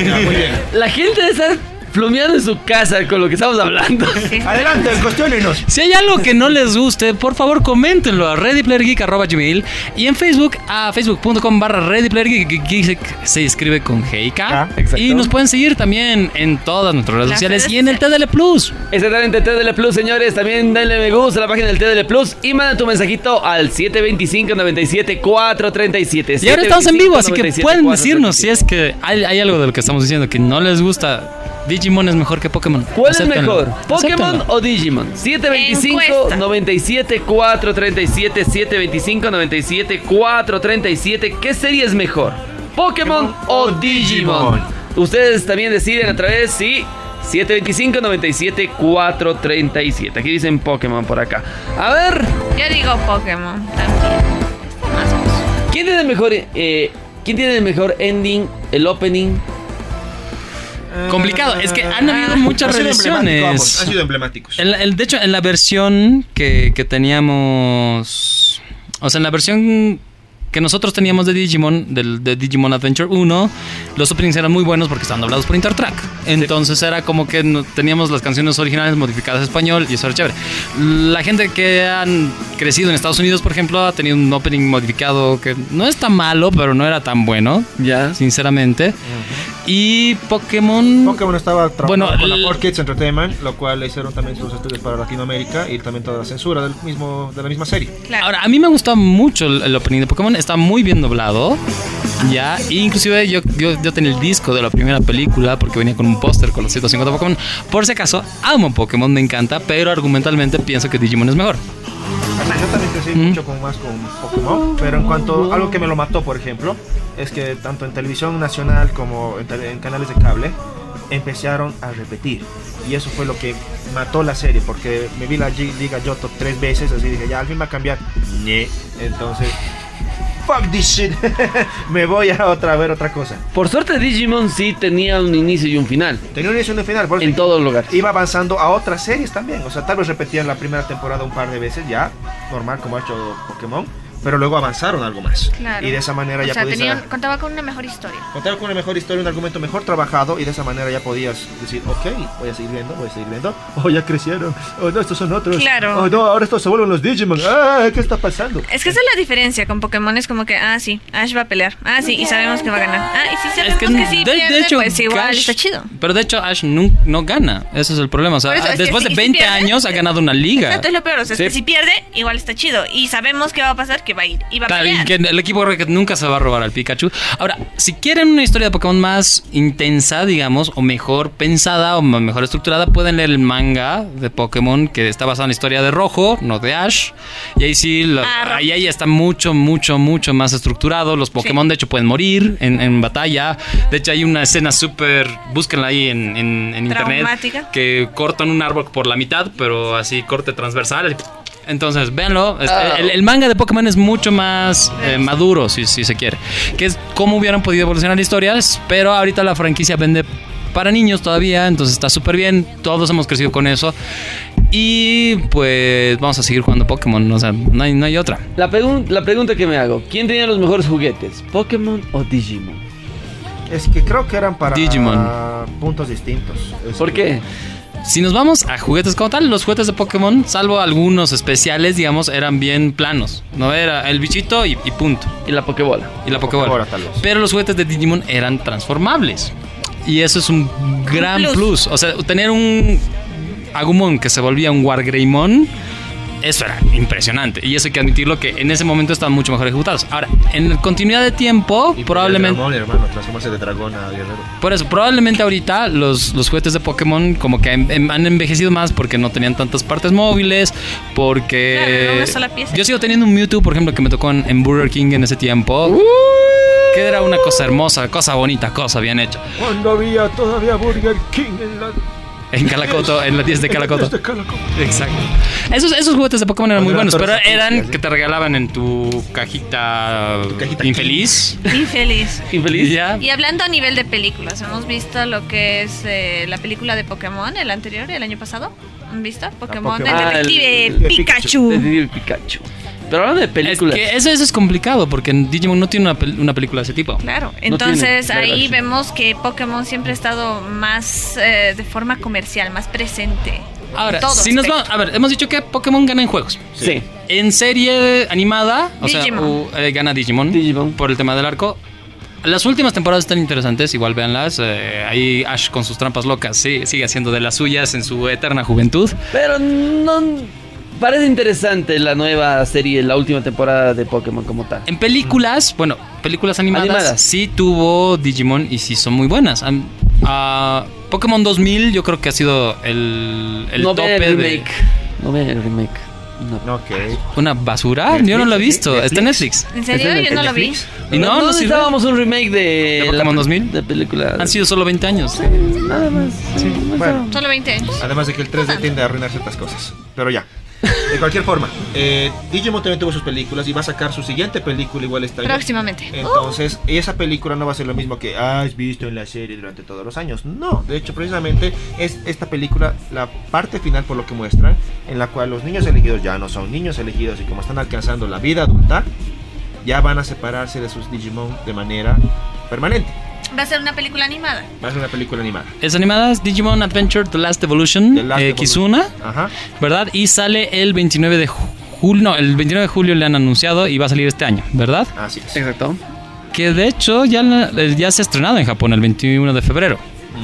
[SPEAKER 2] Ya, muy bien.
[SPEAKER 1] La gente está flumeando en su casa con lo que estamos hablando.
[SPEAKER 4] Sí.
[SPEAKER 2] Adelante, cuestionenos.
[SPEAKER 3] Si hay algo que no les guste, por favor coméntenlo a readyplayergeek.gmail y en Facebook a facebook.com barra readyplayergeek que- que se- se escribe con
[SPEAKER 2] Ah,
[SPEAKER 3] GK.
[SPEAKER 2] exacto.
[SPEAKER 3] Y nos pueden seguir también en todas nuestras redes
[SPEAKER 4] Las
[SPEAKER 3] sociales
[SPEAKER 4] redes
[SPEAKER 3] y en el TDL Plus.
[SPEAKER 1] Exactamente, TDL Plus, señores. También denle me gusta a la página del TDL Plus y manda tu mensajito al 725-97-437.
[SPEAKER 3] Y ahora estamos en vivo, así que pueden decirnos si es que hay, hay algo de lo que estamos diciendo que no les gusta. Digimon es mejor que Pokémon.
[SPEAKER 1] ¿Cuál es
[SPEAKER 3] Acéptenlo.
[SPEAKER 1] mejor? ¿Pokémon
[SPEAKER 3] Acéptenlo.
[SPEAKER 1] o Digimon? 725
[SPEAKER 4] Encuesta.
[SPEAKER 1] 97 437 725 97 437 ¿Qué serie es mejor? ¿Pokémon o Digimon?
[SPEAKER 2] Digimon?
[SPEAKER 1] Ustedes también deciden a través si 725 97 437. Aquí dicen Pokémon por acá. A ver,
[SPEAKER 4] Yo digo Pokémon también. Más o menos.
[SPEAKER 1] ¿quién tiene el mejor eh, quién tiene el mejor ending, el opening?
[SPEAKER 3] Eh, Complicado, es que han habido
[SPEAKER 4] Ah.
[SPEAKER 3] muchas
[SPEAKER 2] Han sido emblemáticos ambos,
[SPEAKER 3] revisiones.
[SPEAKER 2] Han sido emblemáticos.
[SPEAKER 3] En la- el- de hecho, en la versión que, que teníamos. O sea, en la versión que nosotros teníamos de Digimon, del, de Digimon Adventure 1, los openings eran muy buenos porque estaban doblados por Intertrack. Entonces era como que no- teníamos las canciones originales modificadas a español y eso era chévere. La gente que han crecido en Estados Unidos, por ejemplo, ha tenido un opening modificado que no es tan malo, pero no era tan bueno,
[SPEAKER 1] Ya.
[SPEAKER 3] sinceramente. Y Pokémon.
[SPEAKER 2] Pokémon estaba trabajando
[SPEAKER 3] Bueno,
[SPEAKER 2] con
[SPEAKER 3] l-
[SPEAKER 2] la 4 Kids Entertainment, lo cual le hicieron también sus estudios para Latinoamérica y también toda la censura del mismo, de la misma serie.
[SPEAKER 4] Claro.
[SPEAKER 3] Ahora, a mí me gusta mucho el, el opening de Pokémon, está muy bien doblado. Ya, e inclusive yo, yo, yo tenía el disco de la primera película porque venía con un póster con los 150 Pokémon. Por si acaso, amo Pokémon, me encanta, pero argumentalmente pienso que Digimon es mejor.
[SPEAKER 2] Yo también crecí mucho con más con Pokémon, pero en cuanto algo que me lo mató, por ejemplo, es que tanto en televisión nacional como en, tele- en canales de cable empezaron a repetir y eso fue lo que mató la serie porque me vi la G- Liga Yoto tres veces así dije ya al fin va a cambiar Ñe. entonces fuck this shit me voy a otra a ver otra cosa
[SPEAKER 1] Por suerte Digimon sí tenía un inicio y un final
[SPEAKER 2] tenía un inicio y un final por eso
[SPEAKER 1] en
[SPEAKER 2] dije,
[SPEAKER 1] todos lugares.
[SPEAKER 2] iba avanzando a otras series también. O sea, tal vez repetían la primera temporada un par de veces, ya, normal como ha hecho Pokémon, pero luego avanzaron algo más.
[SPEAKER 4] Claro.
[SPEAKER 2] Y de esa manera
[SPEAKER 4] O
[SPEAKER 2] ya
[SPEAKER 4] sea,
[SPEAKER 2] podías
[SPEAKER 4] tenía- contaba con una mejor historia.
[SPEAKER 2] contar con una mejor historia, un argumento mejor trabajado, y de esa manera ya podías decir, ok, voy a seguir viendo, voy a seguir viendo. Oh, ya crecieron. Oh, no, estos son otros.
[SPEAKER 4] Claro.
[SPEAKER 2] Oh, no, ahora estos se vuelven los Digimon. Ah, ¿qué está pasando?
[SPEAKER 4] Es que esa es la diferencia con Pokémon, es como que, ah, sí, Ash va a pelear. Ah, sí, y sabemos que va a ganar. Ah, y si sabemos que, sí pierde, pues igual
[SPEAKER 3] Ash-
[SPEAKER 4] está chido.
[SPEAKER 3] Pero de hecho, Ash nu- no, gana. Ese es el problema. O sea,
[SPEAKER 4] Por eso, es que
[SPEAKER 3] después
[SPEAKER 4] si-
[SPEAKER 3] de
[SPEAKER 4] si
[SPEAKER 3] 20
[SPEAKER 4] pierde- eh,
[SPEAKER 3] años ha ganado una liga.
[SPEAKER 4] Exacto, es lo peor, o sea,
[SPEAKER 1] Sí.
[SPEAKER 4] es que si pierde, igual está chido. Y sabemos qué va a pasar, que va a ir, y va a
[SPEAKER 3] Claro, y
[SPEAKER 4] pelear.
[SPEAKER 3] que el equipo Rocket nunca se va a robar al Pikachu. Ahora, si quieren una historia de Pokémon más intensa, digamos, o mejor pensada o ma- mejor estructurada, pueden leer el manga de Pokémon que está basado en la historia de Rojo, no de Ash. Y ahí sí, la-
[SPEAKER 4] Ah, Rojo.
[SPEAKER 3] ahí, ahí está mucho, mucho, mucho más estructurado. Los Pokémon, de hecho, pueden morir en, en batalla. De hecho, hay una escena súper, búsquenla ahí en, en- en internet,
[SPEAKER 4] Traumática.
[SPEAKER 3] que cortan un árbol por la mitad, pero así corte transversal. Entonces, véanlo. Es-
[SPEAKER 1] Ah.
[SPEAKER 3] el, el manga de Pokémon es mucho más eh, maduro, si, si se quiere. Que es cómo hubieran podido evolucionar historias, pero ahorita la franquicia vende para niños todavía, entonces está súper bien. Todos hemos crecido con eso. Y pues vamos a seguir jugando Pokémon, o sea, no hay, no hay otra.
[SPEAKER 1] La, pregun- la pregunta que me hago, ¿quién tenía los mejores juguetes? ¿Pokémon o Digimon?
[SPEAKER 2] Es que creo que eran para
[SPEAKER 3] Digimon.
[SPEAKER 2] puntos distintos. Es
[SPEAKER 1] ¿Por
[SPEAKER 2] que-
[SPEAKER 1] qué?
[SPEAKER 3] Si nos vamos a juguetes como tal, los juguetes de Pokémon, salvo algunos especiales, digamos, eran bien planos. No era el bichito y, y punto.
[SPEAKER 1] Y la Pokébola.
[SPEAKER 3] Y la Pokébola.
[SPEAKER 2] Pokébola, tal vez.
[SPEAKER 3] Pero los juguetes de Digimon eran transformables. Y eso es un gran plus.
[SPEAKER 4] plus.
[SPEAKER 3] O sea, tener un Agumon que se volvía un Wargreymon, eso era impresionante. Y eso hay que admitirlo que en ese momento estaban mucho mejor ejecutados. Ahora, en continuidad de tiempo,
[SPEAKER 2] Y
[SPEAKER 3] probablemente...
[SPEAKER 2] el dragón, hermano, transformarse de dragón a guerrero.
[SPEAKER 3] Por eso, probablemente ahorita los, los juguetes de Pokémon como que en- en- han envejecido más porque no tenían tantas partes móviles, porque...
[SPEAKER 4] Claro, era una sola pieza.
[SPEAKER 3] Yo sigo teniendo un Mewtwo, por ejemplo, que me tocó en, en Burger King en ese tiempo. Que era una cosa hermosa, cosa bonita, cosa bien hecha.
[SPEAKER 2] Cuando había todavía Burger King en la
[SPEAKER 3] En Calacoto, en la 10 de Calacoto.
[SPEAKER 2] Desde Calacoto.
[SPEAKER 3] Exacto. Esos, esos juguetes de Pokémon eran muy buenos,
[SPEAKER 2] Cuando
[SPEAKER 3] pero
[SPEAKER 2] eran torres
[SPEAKER 3] eran
[SPEAKER 2] artísticas,
[SPEAKER 3] que te regalaban en tu cajita,
[SPEAKER 2] Tu cajita
[SPEAKER 3] infeliz.
[SPEAKER 4] Infeliz.
[SPEAKER 1] Infeliz.
[SPEAKER 3] Y ya.
[SPEAKER 4] Y hablando a nivel de películas, hemos visto lo que es eh, la película de Pokémon, el anterior, el año pasado. ¿Han visto? Pokémon,
[SPEAKER 2] Pokémon.
[SPEAKER 4] el
[SPEAKER 1] Ah, el-
[SPEAKER 4] detective
[SPEAKER 1] el-
[SPEAKER 2] el
[SPEAKER 4] Pikachu.
[SPEAKER 1] Detective Pikachu. Pero hablando de
[SPEAKER 3] Es
[SPEAKER 1] películas.
[SPEAKER 3] que eso, eso es complicado porque en Digimon no tiene una, pel- una película de ese tipo.
[SPEAKER 4] Claro, entonces
[SPEAKER 1] tiene,
[SPEAKER 4] ahí
[SPEAKER 1] claro.
[SPEAKER 4] vemos que Pokémon siempre ha estado más eh, de forma comercial, más presente.
[SPEAKER 3] Ahora,
[SPEAKER 4] En todo
[SPEAKER 3] si nos
[SPEAKER 4] aspecto.
[SPEAKER 3] vamos. A ver, hemos dicho que Pokémon gana en juegos.
[SPEAKER 1] Sí.
[SPEAKER 3] En serie animada, o sea,
[SPEAKER 4] Digimon.
[SPEAKER 3] u- eh, gana Digimon,
[SPEAKER 1] Digimon.
[SPEAKER 3] por el tema del arco. Las últimas temporadas están interesantes, igual véanlas. eh, ahí Ash con sus trampas locas sí, sigue haciendo de las suyas en su eterna juventud.
[SPEAKER 1] Pero no. Parece interesante la nueva serie, la última temporada de Pokémon como tal.
[SPEAKER 3] En películas, bueno, películas animadas,
[SPEAKER 1] Animadas.
[SPEAKER 3] sí tuvo Digimon y sí son muy buenas. Am- ah, Pokémon 2000 yo creo que ha sido el, el
[SPEAKER 1] no
[SPEAKER 3] tope
[SPEAKER 1] vean el
[SPEAKER 3] de-
[SPEAKER 1] remake. No vean el remake. No.
[SPEAKER 2] Ok.
[SPEAKER 3] Una basura, yo no
[SPEAKER 2] Netflix,
[SPEAKER 3] lo he
[SPEAKER 2] sí,
[SPEAKER 3] visto, está en Netflix.
[SPEAKER 4] ¿En
[SPEAKER 2] ¿Es
[SPEAKER 4] serio?
[SPEAKER 2] el-
[SPEAKER 4] Yo
[SPEAKER 2] el
[SPEAKER 4] no lo vi.
[SPEAKER 2] Netflix?
[SPEAKER 3] Y no, no, sirve.
[SPEAKER 1] necesitábamos un remake de.
[SPEAKER 3] ¿De Pokémon
[SPEAKER 1] la-
[SPEAKER 3] 2000?
[SPEAKER 1] De película.
[SPEAKER 3] Han sido solo 20 años.
[SPEAKER 1] Nada más.
[SPEAKER 2] Bueno,
[SPEAKER 4] Solo 20 años.
[SPEAKER 2] además de que el 3D tiende a arruinar ciertas cosas. Pero ya. De cualquier forma, eh, Digimon también tuvo sus películas y va a sacar su siguiente película igual esta
[SPEAKER 4] Próximamente.
[SPEAKER 2] Entonces, esa película no va a ser lo mismo que has visto en la serie durante todos los años. No, de hecho, precisamente es esta película la parte final por lo que muestran, en la cual los niños elegidos ya no son niños elegidos y como están alcanzando la vida adulta, ya van a separarse de sus Digimon de manera permanente.
[SPEAKER 4] Uh, va a ser una película animada.
[SPEAKER 2] Va a ser una película animada.
[SPEAKER 3] Es animadas Digimon Adventure The Last Evolution,
[SPEAKER 2] The Last
[SPEAKER 3] eh,
[SPEAKER 2] Evolution.
[SPEAKER 3] Kizuna,
[SPEAKER 2] Ajá.
[SPEAKER 3] ¿verdad? Y sale el 29 de ju- julio, no, el 29 de julio le han anunciado y va a salir este año, ¿verdad?
[SPEAKER 2] Así es.
[SPEAKER 1] Exacto.
[SPEAKER 3] Que de hecho ya, la- eh, ya se ha estrenado en Japón el 21 de febrero.
[SPEAKER 2] Ujú.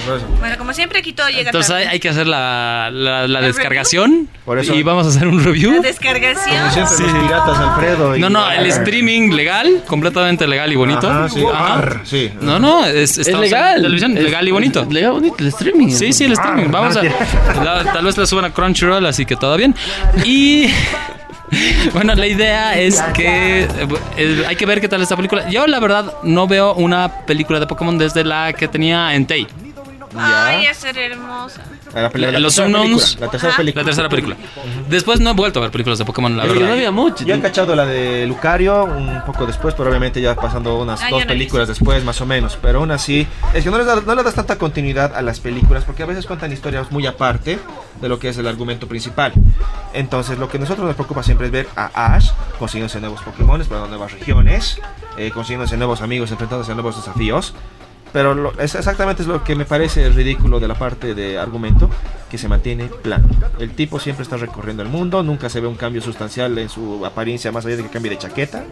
[SPEAKER 2] Entonces,
[SPEAKER 4] Bueno, como siempre, Quito llega
[SPEAKER 3] Entonces hay,
[SPEAKER 4] tarde.
[SPEAKER 3] hay que hacer la, la- la
[SPEAKER 4] ¿El
[SPEAKER 3] descargación
[SPEAKER 2] Por eso-
[SPEAKER 3] y vamos a hacer un review.
[SPEAKER 4] La descargación.
[SPEAKER 2] como siempre, los piratas, Alfredo. y-
[SPEAKER 3] ah, No, no, el streaming legal, completamente legal y bonito.
[SPEAKER 2] Ajá, sí.
[SPEAKER 3] Ajá.
[SPEAKER 2] Arr, sí.
[SPEAKER 3] No, no, es,
[SPEAKER 1] Es
[SPEAKER 3] estamos en
[SPEAKER 1] legal.
[SPEAKER 3] televisión,
[SPEAKER 1] Es-
[SPEAKER 3] legal y bonito.
[SPEAKER 1] es Legal bonito, el streaming.
[SPEAKER 3] Sí, sí, el streaming. Vamos a. la- tal vez la suban a Crunchyroll, así que todo bien. Y. Bueno, la idea es que eh, eh, hay que ver qué tal esta película. Yo, la verdad, no veo una película de Pokémon desde la que tenía Entei,
[SPEAKER 4] Ay, es ser hermosa.
[SPEAKER 2] A la pelea- la
[SPEAKER 3] Ah, Los
[SPEAKER 2] tercera
[SPEAKER 3] Unknowns.
[SPEAKER 2] película, La tercera
[SPEAKER 4] Ajá.
[SPEAKER 2] película.
[SPEAKER 3] la tercera película. Después no he vuelto a ver películas de Pokémon, la
[SPEAKER 1] Porque no
[SPEAKER 3] verdad.
[SPEAKER 1] había mucho.
[SPEAKER 2] Yo he cachado la de Lucario un poco después, pero obviamente ya pasando unas
[SPEAKER 4] Ah, yo
[SPEAKER 2] dos
[SPEAKER 4] no la he
[SPEAKER 2] películas después, más o menos. Pero aún así, es que no, les da- no le das tanta continuidad a las películas porque a veces cuentan historias muy aparte de lo que es el argumento principal. Entonces, lo que a nosotros nos preocupa siempre es ver a Ash consiguiéndose nuevos Pokémon, para nuevas regiones, eh, consiguiéndose nuevos amigos, enfrentándose a nuevos desafíos. Pero lo- es exactamente es lo que me parece ridículo de la parte de argumento, que se mantiene plano. El tipo siempre está recorriendo el mundo, nunca se ve un cambio sustancial en su apariencia, más allá de que cambie de chaqueta.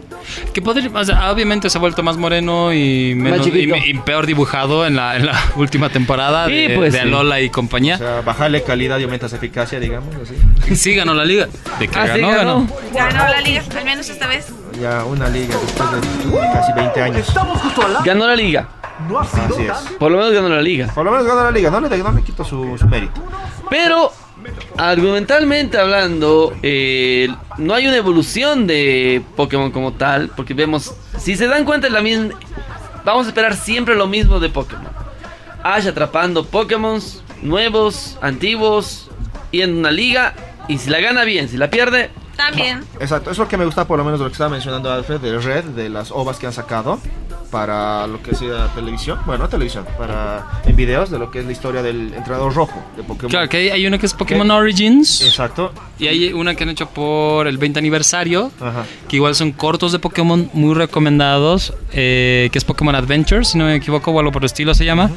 [SPEAKER 3] Que podría- o sea, obviamente se ha vuelto más moreno y, menos, y,
[SPEAKER 1] chiquito.
[SPEAKER 3] y peor dibujado en la, en la última temporada
[SPEAKER 1] Sí,
[SPEAKER 3] de,
[SPEAKER 1] pues,
[SPEAKER 3] de
[SPEAKER 1] sí.
[SPEAKER 3] Alola y compañía.
[SPEAKER 2] O sea, bajarle calidad y aumentas eficacia, digamos así.
[SPEAKER 3] sí ganó la liga. De que
[SPEAKER 1] Ah, sí,
[SPEAKER 3] ganó, ganó.
[SPEAKER 1] ganó.
[SPEAKER 4] Ganó la liga, al menos esta vez.
[SPEAKER 2] Ya una liga después de casi 20 años.
[SPEAKER 1] Ganó la liga.
[SPEAKER 2] Así es.
[SPEAKER 1] Por lo menos ganó la liga.
[SPEAKER 2] Por lo menos gana la liga, no le, no le quito su, su mérito.
[SPEAKER 1] Pero, argumentalmente hablando, eh, no hay una evolución de Pokémon como tal. Porque vemos, si se dan cuenta, es la misma, vamos a esperar siempre lo mismo de Pokémon. Ash atrapando Pokémon nuevos, antiguos, y en una liga. Y si la gana bien, si la pierde,
[SPEAKER 4] También.
[SPEAKER 2] Exacto, es lo que me gusta por lo menos de lo que estaba mencionando Alfred de Red, de las ovas que han sacado para lo que sea televisión, bueno, no televisión, para en videos de lo que es la historia del entrenador rojo de Pokémon.
[SPEAKER 3] Claro, que hay, hay una que es Pokémon
[SPEAKER 2] ¿Qué?
[SPEAKER 3] Origins.
[SPEAKER 2] Exacto.
[SPEAKER 3] Y hay una que han hecho por el 20 aniversario.
[SPEAKER 2] Ajá.
[SPEAKER 3] Que igual son cortos de Pokémon muy recomendados. eh, que es Pokémon Adventure, si no me equivoco, o algo por el estilo se llama.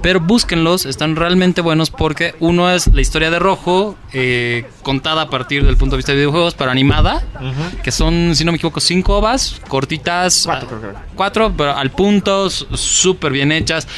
[SPEAKER 3] Pero búsquenlos, están realmente buenos porque uno es la historia de Rojo, eh, contada a partir del punto de vista de videojuegos, pero animada.
[SPEAKER 2] Ujú.
[SPEAKER 3] Que son, si no me equivoco, cinco ovas, cortitas.
[SPEAKER 2] Cuatro,
[SPEAKER 3] ah,
[SPEAKER 2] creo que era.
[SPEAKER 3] cuatro, pero al punto, s- súper bien hechas.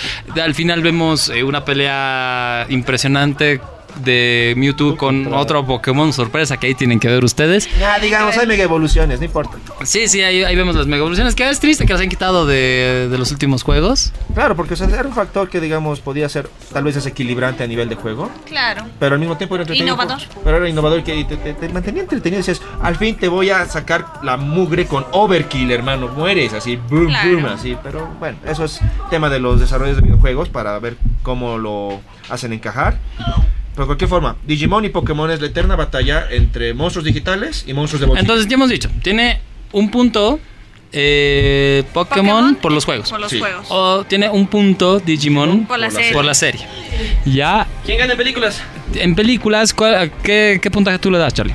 [SPEAKER 3] Al final vemos eh, una pelea impresionante de Mewtwo con otro Pokémon sorpresa que ahí tienen que ver ustedes.
[SPEAKER 2] Ya, Ah, digamos, hay mega evoluciones, no importa.
[SPEAKER 3] Sí, sí, ahí, ahí vemos las mega evoluciones. Que es triste que las han quitado de, de los últimos juegos.
[SPEAKER 2] Claro, porque o sea, era un factor que, digamos, podía ser tal vez desequilibrante a nivel de juego.
[SPEAKER 4] Claro.
[SPEAKER 2] Pero al mismo tiempo era entretenido.
[SPEAKER 4] Innovador.
[SPEAKER 2] Pero era innovador y que te, te- te mantenía entretenido. Decías, al fin te voy a sacar la mugre con overkill, hermano. Mueres así, boom,
[SPEAKER 4] Claro.
[SPEAKER 2] boom, así. Pero bueno, eso es tema de los desarrollos de videojuegos para ver cómo lo hacen encajar. Pero de cualquier forma, Digimon y Pokémon es la eterna batalla entre monstruos digitales y monstruos de bolsillo.
[SPEAKER 3] Entonces, ya hemos dicho, tiene un punto eh, Pokémon, por los juegos.
[SPEAKER 4] Por los
[SPEAKER 2] Sí.
[SPEAKER 4] juegos.
[SPEAKER 3] O tiene un punto Digimon
[SPEAKER 4] Por la
[SPEAKER 2] por la
[SPEAKER 4] serie.
[SPEAKER 3] por la serie. Ya,
[SPEAKER 1] ¿quién gana en películas?
[SPEAKER 3] en películas, ¿cuál- a qué, qué puntaje tú le das, Charlie?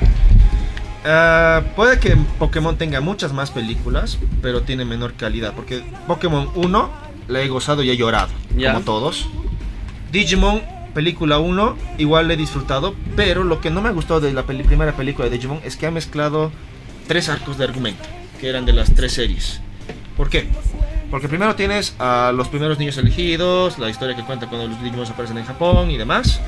[SPEAKER 2] Ah, puede que Pokémon tenga muchas más películas, pero tiene menor calidad. Porque Pokémon 1 la he gozado y he llorado,
[SPEAKER 1] Ya.
[SPEAKER 2] como todos. Digimon, película 1, igual la he disfrutado. Pero lo que no me ha gustado de la peli- primera película de Digimon es que ha mezclado tres arcos de argumento, que eran de las tres series. ¿Por qué? Porque primero tienes a los primeros niños elegidos, la historia que cuenta cuando los Digimon aparecen en Japón y demás.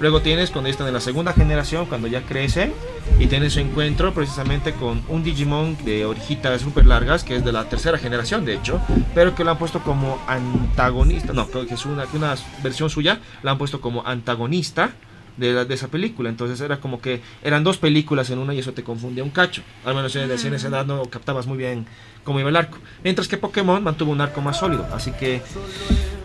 [SPEAKER 2] Luego tienes cuando están en la segunda generación, cuando ya crece, y tienes su encuentro precisamente con un Digimon de orejitas súper largas, que es de la tercera generación de hecho, pero que lo han puesto como antagonista, no, creo que es una, que una versión suya, la han puesto como antagonista de, la- de esa película. Entonces era como que eran dos películas en una y eso te confundía un cacho. Al menos en, en esa edad no captabas muy bien cómo iba el arco. Mientras que Pokémon mantuvo un arco más sólido. Así que,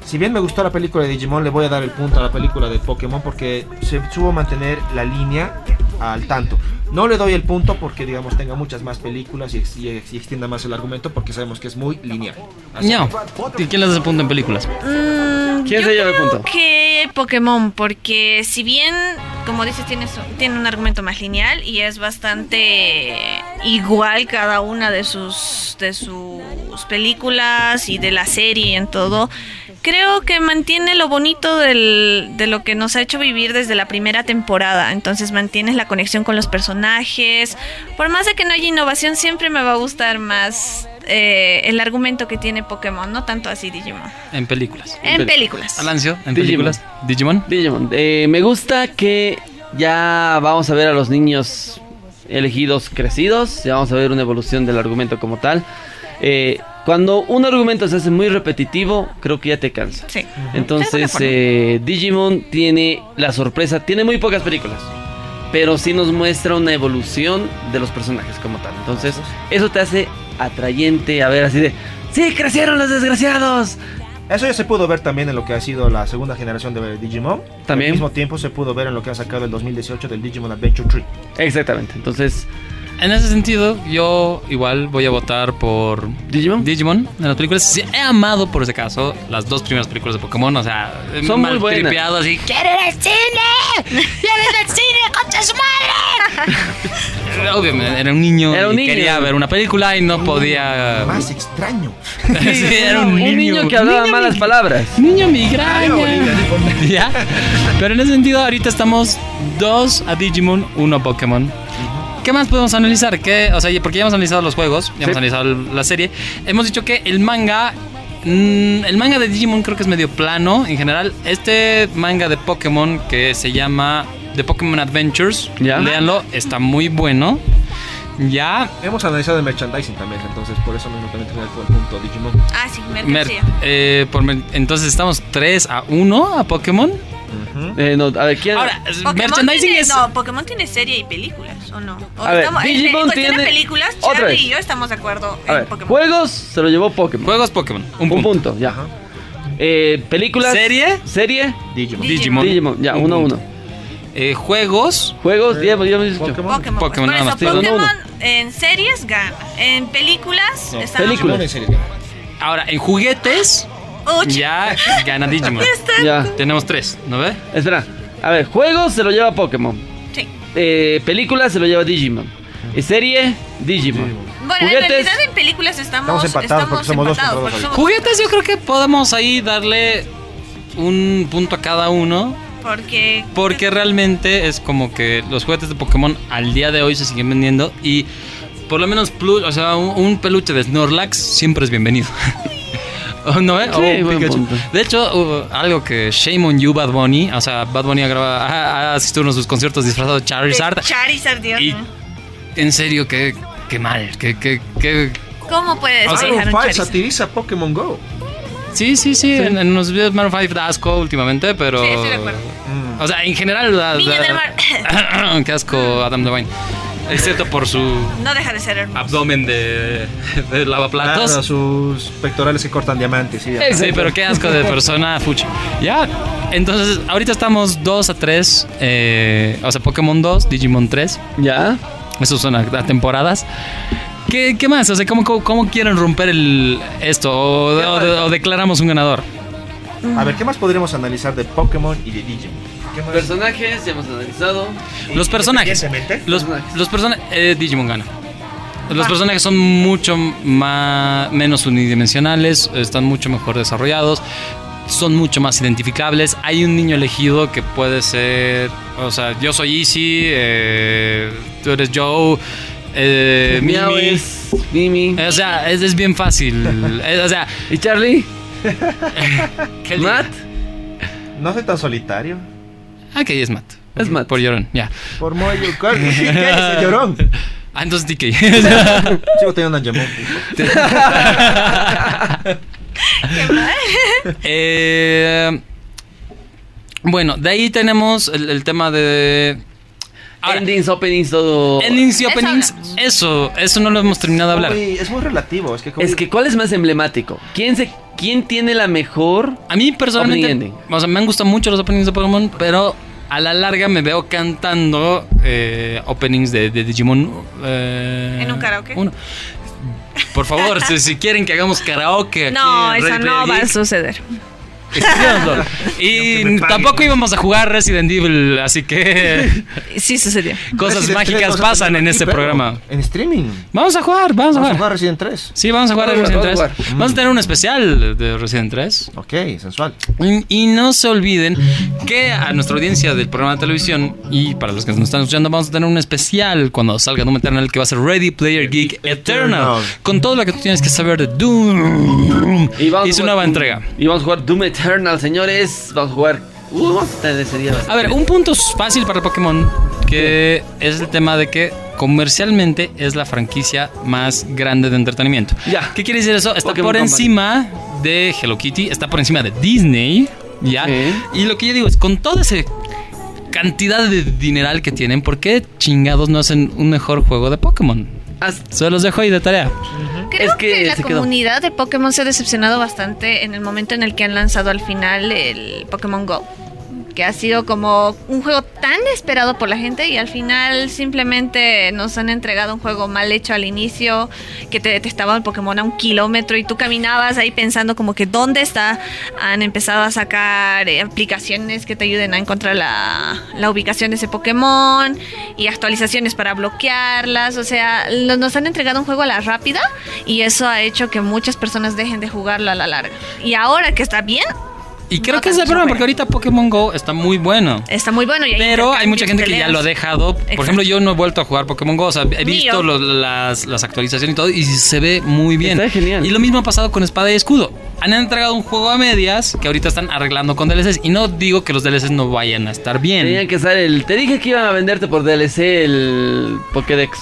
[SPEAKER 2] si bien me gustó la película de Digimon, le voy a dar el punto a la película de Pokémon porque se supo mantener la línea al tanto. No le doy el punto porque, digamos, tenga muchas más películas y, ex- y ex- y extienda más el argumento porque sabemos que es muy lineal. Así
[SPEAKER 3] No. ¿Y quién les hace punto en películas?
[SPEAKER 4] Mm,
[SPEAKER 1] ¿Quién
[SPEAKER 4] yo
[SPEAKER 1] se lleva el
[SPEAKER 4] creo
[SPEAKER 1] punto?
[SPEAKER 4] que Pokémon, porque si bien, como dices, tiene, su- tiene un argumento más lineal y es bastante igual cada una de sus, de sus películas y de la serie en todo, creo que mantiene lo bonito del- de lo que nos ha hecho vivir desde la primera temporada. Entonces mantienes la conexión con los personajes. Por más de que no haya innovación, siempre me va a gustar más eh, el argumento que tiene Pokémon, no tanto así Digimon.
[SPEAKER 3] En películas.
[SPEAKER 4] En películas.
[SPEAKER 3] Alancio,
[SPEAKER 1] Digimon.
[SPEAKER 3] en películas. Digimon.
[SPEAKER 1] Digimon, eh, me gusta que ya vamos a ver a los niños elegidos crecidos, ya vamos a ver una evolución del argumento como tal. Eh, cuando un argumento se hace muy repetitivo, creo que ya te cansa.
[SPEAKER 4] Sí. De alguna
[SPEAKER 1] Entonces,
[SPEAKER 4] forma.
[SPEAKER 1] eh, Digimon tiene la sorpresa, tiene muy pocas películas, pero sí nos muestra una evolución de los personajes como tal. Entonces, eso te hace atrayente a ver así de, sí, crecieron los desgraciados.
[SPEAKER 2] Eso ya se pudo ver también en lo que ha sido la segunda generación de Digimon.
[SPEAKER 1] También.
[SPEAKER 2] Al mismo tiempo se pudo ver en lo que han sacado el 2018 del Digimon Adventure 3.
[SPEAKER 1] Exactamente, entonces,
[SPEAKER 3] En ese sentido, yo igual voy a votar por
[SPEAKER 1] Digimon.
[SPEAKER 3] Digimon en las películas. Sí, he amado, por ese caso, las dos primeras películas de Pokémon. O sea,
[SPEAKER 1] Son muy buenas.
[SPEAKER 3] maltripeado, así.
[SPEAKER 5] ¡Quiero ir al cine! ¡Quiero ir al cine, concha de su madre!
[SPEAKER 3] Obviamente, era un niño
[SPEAKER 1] Era un
[SPEAKER 3] y
[SPEAKER 1] niño.
[SPEAKER 3] quería ver una película y no podía.
[SPEAKER 2] Más extraño.
[SPEAKER 3] Sí, era un,
[SPEAKER 1] un niño que hablaba
[SPEAKER 3] Niño
[SPEAKER 1] malas
[SPEAKER 3] mi-
[SPEAKER 1] palabras.
[SPEAKER 3] Niño
[SPEAKER 2] Ay,
[SPEAKER 3] migraña.
[SPEAKER 2] Bolivia,
[SPEAKER 3] ¿Ya? Pero en ese sentido, ahorita estamos dos a Digimon, uno a Pokémon. ¿Qué más podemos analizar? ¿Qué, o sea, ya- porque ya hemos analizado los juegos, ya hemos analizado la serie. Hemos dicho que el manga. mm, el manga de Digimon creo que es medio plano en general. Este manga de Pokémon que se llama The Pokémon Adventures,
[SPEAKER 1] Ya.
[SPEAKER 3] léanlo, está muy bueno. Ya,
[SPEAKER 2] Hemos analizado el merchandising también, entonces por eso mismo también tenía el punto Digimon.
[SPEAKER 4] Ah, sí,
[SPEAKER 3] Mer-
[SPEAKER 4] mercancía.
[SPEAKER 3] eh, por mer- entonces estamos 3 a 1 a Pokémon.
[SPEAKER 2] Ujú.
[SPEAKER 1] Eh, no, a ver, ¿quién?
[SPEAKER 3] Ahora,
[SPEAKER 4] Pokémon
[SPEAKER 3] merchandising
[SPEAKER 4] tiene,
[SPEAKER 3] es.
[SPEAKER 4] no, Pokémon tiene serie y películas, ¿o no? O
[SPEAKER 1] A ver,
[SPEAKER 4] en- en
[SPEAKER 1] Digimon
[SPEAKER 4] cuestión de
[SPEAKER 1] tiene-
[SPEAKER 4] películas,
[SPEAKER 1] otra
[SPEAKER 4] Charlie
[SPEAKER 1] vez.
[SPEAKER 4] y yo estamos de acuerdo
[SPEAKER 1] a
[SPEAKER 4] en
[SPEAKER 1] ver,
[SPEAKER 4] Pokémon.
[SPEAKER 1] juegos se lo llevó Pokémon.
[SPEAKER 3] Juegos Pokémon, un,
[SPEAKER 1] un,
[SPEAKER 3] punto.
[SPEAKER 1] punto, ya.
[SPEAKER 2] Ajá.
[SPEAKER 1] Eh, películas.
[SPEAKER 3] ¿Serie?
[SPEAKER 1] Serie.
[SPEAKER 2] Digimon.
[SPEAKER 4] Digimon.
[SPEAKER 3] Digimon.
[SPEAKER 1] Digimon, ya,
[SPEAKER 3] Un
[SPEAKER 1] uno a
[SPEAKER 3] punto.
[SPEAKER 1] uno.
[SPEAKER 3] Eh, juegos.
[SPEAKER 1] Juegos, ya hemos ya hemos dicho.
[SPEAKER 2] Pokémon.
[SPEAKER 4] Pokémon. pues,
[SPEAKER 3] Pokémon,
[SPEAKER 4] por
[SPEAKER 3] nada más,
[SPEAKER 4] eso,
[SPEAKER 3] sí, uno,
[SPEAKER 4] Pokémon
[SPEAKER 1] uno.
[SPEAKER 4] en series gana. En películas
[SPEAKER 2] No,
[SPEAKER 4] estamos-
[SPEAKER 1] películas.
[SPEAKER 2] Digimon en serio.
[SPEAKER 3] Ahora, en juguetes,
[SPEAKER 4] Uch,
[SPEAKER 3] ya gana Digimon.
[SPEAKER 1] Ya.
[SPEAKER 3] Tenemos tres, ¿no ve?
[SPEAKER 1] Espera. A ver, juegos se lo lleva Pokémon.
[SPEAKER 4] sí.
[SPEAKER 1] Eh, películas se lo lleva Digimon. Y serie, Digimon.
[SPEAKER 4] Bueno, en
[SPEAKER 1] Juguetes.
[SPEAKER 4] realidad en películas estamos,
[SPEAKER 2] Estamos empatados porque somos dos
[SPEAKER 4] empatados,
[SPEAKER 2] contra dos
[SPEAKER 4] porque
[SPEAKER 3] Juguetes, yo creo que podemos ahí darle un punto a cada uno.
[SPEAKER 4] somos- porque,
[SPEAKER 3] Porque realmente es como que los juguetes de Pokémon al día de hoy se siguen vendiendo. Y por lo menos, plu- o sea, un, un peluche de Snorlax siempre es bienvenido. ¿O ¿No eh?
[SPEAKER 1] Sí,
[SPEAKER 3] O un
[SPEAKER 1] buen
[SPEAKER 3] Pikachu.
[SPEAKER 1] punto.
[SPEAKER 3] De hecho, uh, algo que shame on you, Bad Bunny. O sea, Bad Bunny ha, grabado- ha- ha asistido a uno de sus conciertos disfrazado de Charizard.
[SPEAKER 4] de Charizard, Dios
[SPEAKER 3] Y
[SPEAKER 4] mío.
[SPEAKER 3] en serio, qué, qué mal. Qué, qué, qué-
[SPEAKER 4] ¿Cómo puedes
[SPEAKER 3] O sea,
[SPEAKER 4] dejar
[SPEAKER 2] Maroon
[SPEAKER 4] un
[SPEAKER 2] 5
[SPEAKER 4] Charizard?
[SPEAKER 2] Ah, satiriza Pokémon Go.
[SPEAKER 3] Sí, sí, sí. En, en unos videos Maroon 5 da asco últimamente, pero.
[SPEAKER 4] Sí, estoy de acuerdo.
[SPEAKER 2] Mm.
[SPEAKER 3] O sea, en general. da-
[SPEAKER 4] Niño
[SPEAKER 3] da-
[SPEAKER 4] del mar.
[SPEAKER 3] qué asco, Adam Levine. Excepto por su
[SPEAKER 4] No deja de ser hermoso.
[SPEAKER 3] abdomen de, de lavaplatos.
[SPEAKER 2] Claro, Ah, sus pectorales que cortan diamantes. Sí, ya.
[SPEAKER 3] Sí, pero qué asco de persona fuchi. Ya, entonces ahorita estamos 2 a 3, o sea, Pokémon 2, Digimon 3,
[SPEAKER 1] Ya.
[SPEAKER 3] eso son a, a temporadas. ¿Qué, qué más? O sea, ¿cómo, cómo, cómo quieren romper el, esto? O, o- o declaramos un ganador?
[SPEAKER 2] A ver, ¿qué más podríamos analizar de Pokémon y de Digimon? ¿Qué más?
[SPEAKER 1] Personajes, ya hemos analizado.
[SPEAKER 3] Los personajes.
[SPEAKER 2] Independientemente.
[SPEAKER 3] Los, los personajes. Digimon gana. Los personajes son mucho más, menos unidimensionales, están mucho mejor desarrollados, son mucho más identificables. Hay un niño elegido que puede ser. O sea, yo soy Easy, eh, tú eres Joe, eh,
[SPEAKER 1] Miau
[SPEAKER 3] Mimi.
[SPEAKER 1] es Mimi.
[SPEAKER 3] O sea, es, es bien fácil. Eh, o sea,
[SPEAKER 1] Eh, ¿Y Charlie?
[SPEAKER 3] ¿qué-
[SPEAKER 1] ¿Matt?
[SPEAKER 2] No soy tan solitario.
[SPEAKER 3] Ah, que ahí es Matt.
[SPEAKER 1] Es Matt.
[SPEAKER 3] Por llorón, ya.
[SPEAKER 2] Por Moyo. ¿Cuál? ¿Qué es el llorón?
[SPEAKER 3] Ah, entonces DK.
[SPEAKER 2] Sigo teniendo un Angemon.
[SPEAKER 3] Eh, bueno, de ahí tenemos el, el tema de. Ahora,
[SPEAKER 1] endings, openings, todo.
[SPEAKER 3] endings y
[SPEAKER 4] Eso
[SPEAKER 3] openings.
[SPEAKER 4] hablamos.
[SPEAKER 3] Eso, eso no lo hemos terminado de hablar.
[SPEAKER 2] Uy, es muy relativo. Es que, como-
[SPEAKER 1] Es que, ¿cuál es más emblemático? ¿Quién, se, ¿Quién tiene la mejor?
[SPEAKER 3] A mí personalmente.
[SPEAKER 1] Opening ending.
[SPEAKER 3] O sea, me han gustado mucho los openings de Pokémon, pero a la larga me veo cantando eh, openings de, de Digimon. eh,
[SPEAKER 4] ¿En un karaoke?
[SPEAKER 3] uno. Por favor, si, si quieren que hagamos karaoke. aquí
[SPEAKER 4] No,
[SPEAKER 3] en
[SPEAKER 4] eso
[SPEAKER 3] Ready
[SPEAKER 4] no
[SPEAKER 3] Player
[SPEAKER 4] va a
[SPEAKER 3] Geek,
[SPEAKER 4] suceder.
[SPEAKER 3] escribándolo.
[SPEAKER 2] Aunque me
[SPEAKER 3] Y
[SPEAKER 2] paguen.
[SPEAKER 3] tampoco íbamos a jugar Resident Evil, así que.
[SPEAKER 4] Sí sucedió.
[SPEAKER 3] Cosas
[SPEAKER 2] Resident
[SPEAKER 3] mágicas
[SPEAKER 2] 3 vas a
[SPEAKER 3] pasan
[SPEAKER 2] tener
[SPEAKER 3] en
[SPEAKER 2] aquí,
[SPEAKER 3] este
[SPEAKER 2] pero
[SPEAKER 3] programa.
[SPEAKER 2] En streaming.
[SPEAKER 3] Vamos a jugar, vamos a
[SPEAKER 2] Vamos a
[SPEAKER 3] jugar.
[SPEAKER 2] jugar Resident 3.
[SPEAKER 3] Sí, vamos a jugar
[SPEAKER 1] Vamos a
[SPEAKER 3] Resident
[SPEAKER 1] jugar,
[SPEAKER 3] 3.
[SPEAKER 1] vamos a
[SPEAKER 3] Vamos a tener un especial de Resident 3.
[SPEAKER 2] Ok, sensual.
[SPEAKER 3] Y, y no se olviden que a nuestra audiencia del programa de televisión y para los que nos están escuchando, vamos a tener un especial cuando salga Doom Eternal que va a ser Ready Player Geek Eternal.
[SPEAKER 2] Eternal.
[SPEAKER 3] Con todo lo que tú tienes que saber de Doom.
[SPEAKER 1] a
[SPEAKER 3] Y su
[SPEAKER 1] jugar
[SPEAKER 3] nueva
[SPEAKER 1] Doom-
[SPEAKER 3] entrega.
[SPEAKER 1] Y vamos a jugar Doom Eternal, señores. Vamos a jugar. Uh, vamos a tener ese día.
[SPEAKER 3] A ver, un punto fácil para Pokémon, que es el tema de que comercialmente es la franquicia más grande de entretenimiento.
[SPEAKER 1] Ya.
[SPEAKER 3] ¿Qué quiere decir eso? Está
[SPEAKER 1] Pokémon
[SPEAKER 3] por
[SPEAKER 1] Company.
[SPEAKER 3] encima de Hello Kitty, está por encima de Disney, ¿ya?
[SPEAKER 1] Sí.
[SPEAKER 3] Y lo que yo digo es, con toda esa cantidad de dineral que tienen, ¿por qué chingados no hacen un mejor juego de Pokémon?
[SPEAKER 1] Haz-
[SPEAKER 3] Se los dejo ahí de tarea.
[SPEAKER 4] Creo
[SPEAKER 1] Es que
[SPEAKER 4] que, la
[SPEAKER 1] se quedó.
[SPEAKER 4] comunidad de Pokémon se ha decepcionado bastante en el momento en el que han lanzado al final el Pokémon Go. Que ha sido como un juego tan esperado por la gente y al final simplemente nos han entregado un juego mal hecho al inicio, que te detestaba el Pokémon a un kilómetro y tú caminabas ahí pensando como que dónde está. Han empezado a sacar eh, aplicaciones que te ayuden a encontrar la, la ubicación de ese Pokémon y actualizaciones para bloquearlas. O sea, lo- nos han entregado un juego a la rápida y eso ha hecho que muchas personas dejen de jugarlo a la larga. Y ahora que está bien,
[SPEAKER 3] Y creo
[SPEAKER 4] No
[SPEAKER 3] que es el
[SPEAKER 4] tanto,
[SPEAKER 3] problema,
[SPEAKER 4] pero-
[SPEAKER 3] porque ahorita Pokémon Go está muy bueno.
[SPEAKER 4] está muy bueno. Y
[SPEAKER 3] Pero hay mucha gente que ya lo ha
[SPEAKER 4] deja
[SPEAKER 3] dejado. Por
[SPEAKER 4] Exacto.
[SPEAKER 3] ejemplo, yo no he vuelto a jugar Pokémon Go. O sea, he
[SPEAKER 4] Ni
[SPEAKER 3] visto
[SPEAKER 4] yo.
[SPEAKER 3] los- las, las actualizaciones y todo. Y se ve muy bien.
[SPEAKER 1] Está genial.
[SPEAKER 3] Y lo mismo ha pasado con Espada y Escudo. Han entregado un juego a medias que ahorita están arreglando con DLCs. Y no digo que los DLCs no vayan a estar
[SPEAKER 1] Tenían
[SPEAKER 3] bien.
[SPEAKER 1] que estar el. Te dije que iban a venderte por DLC el Pokédex.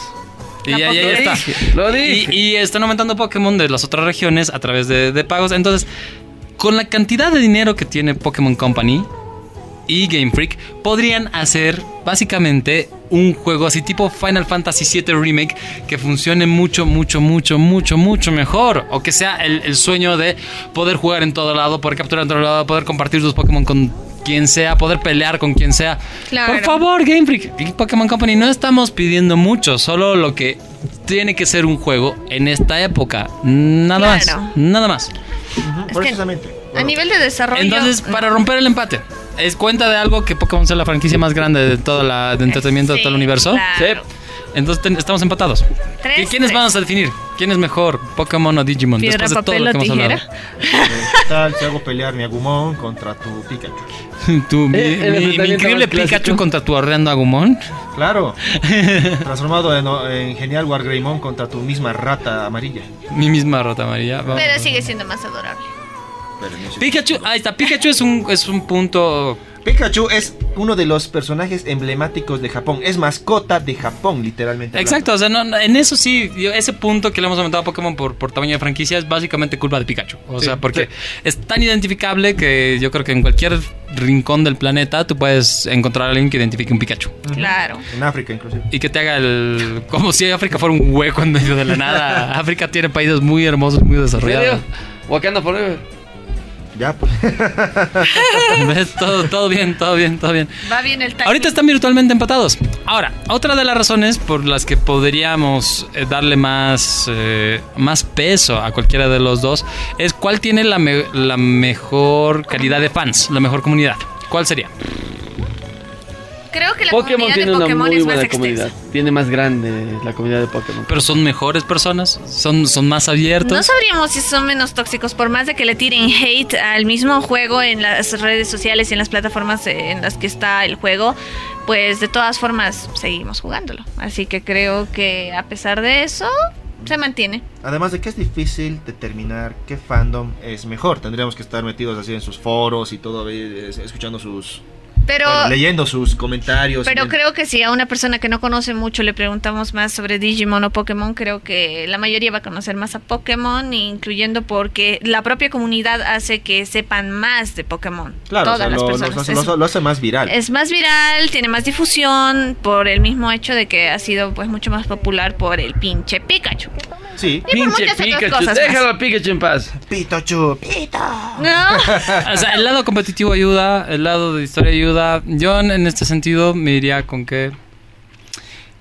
[SPEAKER 3] Y ya, ya- ya
[SPEAKER 1] Lo
[SPEAKER 3] está.
[SPEAKER 1] dije, lo dije.
[SPEAKER 3] Ah. Y, y están aumentando Pokémon de las otras regiones a través de, de pagos. Entonces, con la cantidad de dinero que tiene Pokémon Company y Game Freak, podrían hacer básicamente un juego así tipo Final Fantasy VII Remake que funcione mucho, mucho, mucho, mucho, mucho mejor. O que sea el, el sueño de poder jugar en todo lado, poder capturar en todo lado, poder compartir tus Pokémon con quien sea, poder pelear con quien sea.
[SPEAKER 4] Claro.
[SPEAKER 3] Por favor, Game Freak y Pokémon Company, no estamos pidiendo mucho, solo lo que tiene que ser un juego en esta época. Nada
[SPEAKER 4] Claro.
[SPEAKER 3] más, nada más.
[SPEAKER 2] Ujú, Precisamente.
[SPEAKER 4] A nivel de desarrollo.
[SPEAKER 3] Entonces, para romper el empate, es cuenta de algo que Pokémon es la franquicia más grande de todo la, de entretenimiento de todo el
[SPEAKER 4] Sí,
[SPEAKER 3] universo.
[SPEAKER 4] claro.
[SPEAKER 3] Entonces ten- estamos empatados.
[SPEAKER 4] Tres,
[SPEAKER 3] ¿Y quiénes
[SPEAKER 4] tres.
[SPEAKER 3] vamos a definir? ¿Quién es mejor, Pokémon o Digimon?
[SPEAKER 4] Piedra,
[SPEAKER 3] de
[SPEAKER 4] papel o tijera.
[SPEAKER 2] ¿Qué eh, tal si hago pelear mi Agumon contra tu Pikachu?
[SPEAKER 3] Tu, mi,
[SPEAKER 1] Eh, el
[SPEAKER 3] mi- mi
[SPEAKER 1] enfrentamiento
[SPEAKER 3] increíble
[SPEAKER 1] más clásico.
[SPEAKER 3] Pikachu contra tu horrendo Agumon.
[SPEAKER 2] Claro. Transformado en, en genial Wargreymon contra tu misma rata amarilla.
[SPEAKER 3] Mi misma rata amarilla. Vamos.
[SPEAKER 4] Pero sigue siendo más adorable.
[SPEAKER 2] Pero no sé.
[SPEAKER 3] Pikachu, ahí está. Pikachu es un, es un punto.
[SPEAKER 2] Pikachu es uno de los personajes emblemáticos de Japón. Es mascota de Japón, literalmente. hablando.
[SPEAKER 3] Exacto, o sea, no, no, en eso sí, yo- ese punto que le hemos aumentado a Pokémon por, por tamaño de franquicia es básicamente culpa de Pikachu. O
[SPEAKER 1] Sí,
[SPEAKER 3] sea, porque
[SPEAKER 1] sí.
[SPEAKER 3] es tan identificable que yo creo que en cualquier rincón del planeta tú puedes encontrar a alguien que identifique un Pikachu.
[SPEAKER 4] Claro.
[SPEAKER 2] En África, inclusive.
[SPEAKER 3] Y que te haga el... Como si África fuera un hueco en medio de la nada. África tiene países muy hermosos, muy
[SPEAKER 1] ¿En
[SPEAKER 3] desarrollados.
[SPEAKER 1] serio? Wakanda Forever.
[SPEAKER 2] Ya, pues.
[SPEAKER 3] ¿Ves? Todo, todo bien, todo bien, todo bien.
[SPEAKER 4] Va bien el timing.
[SPEAKER 3] Ahorita están virtualmente empatados. Ahora, otra de las razones por las que podríamos eh, darle más, eh, más peso a cualquiera de los dos es cuál tiene la, me- la mejor calidad de fans, la mejor comunidad. ¿Cuál sería?
[SPEAKER 4] Creo que la
[SPEAKER 1] Pokémon
[SPEAKER 4] comunidad
[SPEAKER 1] tiene
[SPEAKER 4] de
[SPEAKER 1] una
[SPEAKER 4] Pokémon
[SPEAKER 1] muy
[SPEAKER 4] es más
[SPEAKER 1] buena
[SPEAKER 4] extensa.
[SPEAKER 1] comunidad. Tiene más grande la comunidad de Pokémon.
[SPEAKER 3] Pero son mejores personas, son, son más
[SPEAKER 4] No
[SPEAKER 3] abiertos.
[SPEAKER 4] sabríamos si son menos tóxicos, por más de que le tiren hate al mismo juego en las redes sociales y en las plataformas eh, en las que está el juego, pues de todas formas seguimos jugándolo. Así que creo que a pesar de eso, se mantiene.
[SPEAKER 2] Además de que es difícil determinar qué fandom es mejor. Tendríamos que estar metidos así en sus foros y todo, eh, es- escuchando sus...
[SPEAKER 4] Pero,
[SPEAKER 2] bueno, leyendo sus comentarios.
[SPEAKER 4] pero
[SPEAKER 2] y-
[SPEAKER 4] creo que si a una persona que no conoce mucho le preguntamos más sobre Digimon o Pokémon, creo que la mayoría va a conocer más a Pokémon, incluyendo porque la propia comunidad hace que sepan más de Pokémon.
[SPEAKER 2] Claro, o
[SPEAKER 4] todas
[SPEAKER 2] sea,
[SPEAKER 4] las
[SPEAKER 2] lo, lo-
[SPEAKER 4] personas.
[SPEAKER 2] lo-
[SPEAKER 4] Es-
[SPEAKER 2] lo- lo hace más viral.
[SPEAKER 4] Es más viral, tiene más difusión por el mismo hecho de que ha sido pues mucho más popular por el pinche Pikachu.
[SPEAKER 2] Sí.
[SPEAKER 4] Y por
[SPEAKER 1] Pinche
[SPEAKER 4] muchas otras
[SPEAKER 1] Pikachu,
[SPEAKER 4] cosas más.
[SPEAKER 1] déjalo a Pikachu en paz.
[SPEAKER 2] Pitochu.
[SPEAKER 4] No,
[SPEAKER 3] O sea, el lado competitivo ayuda, el lado de historia ayuda. Yo en, en este sentido me iría con que...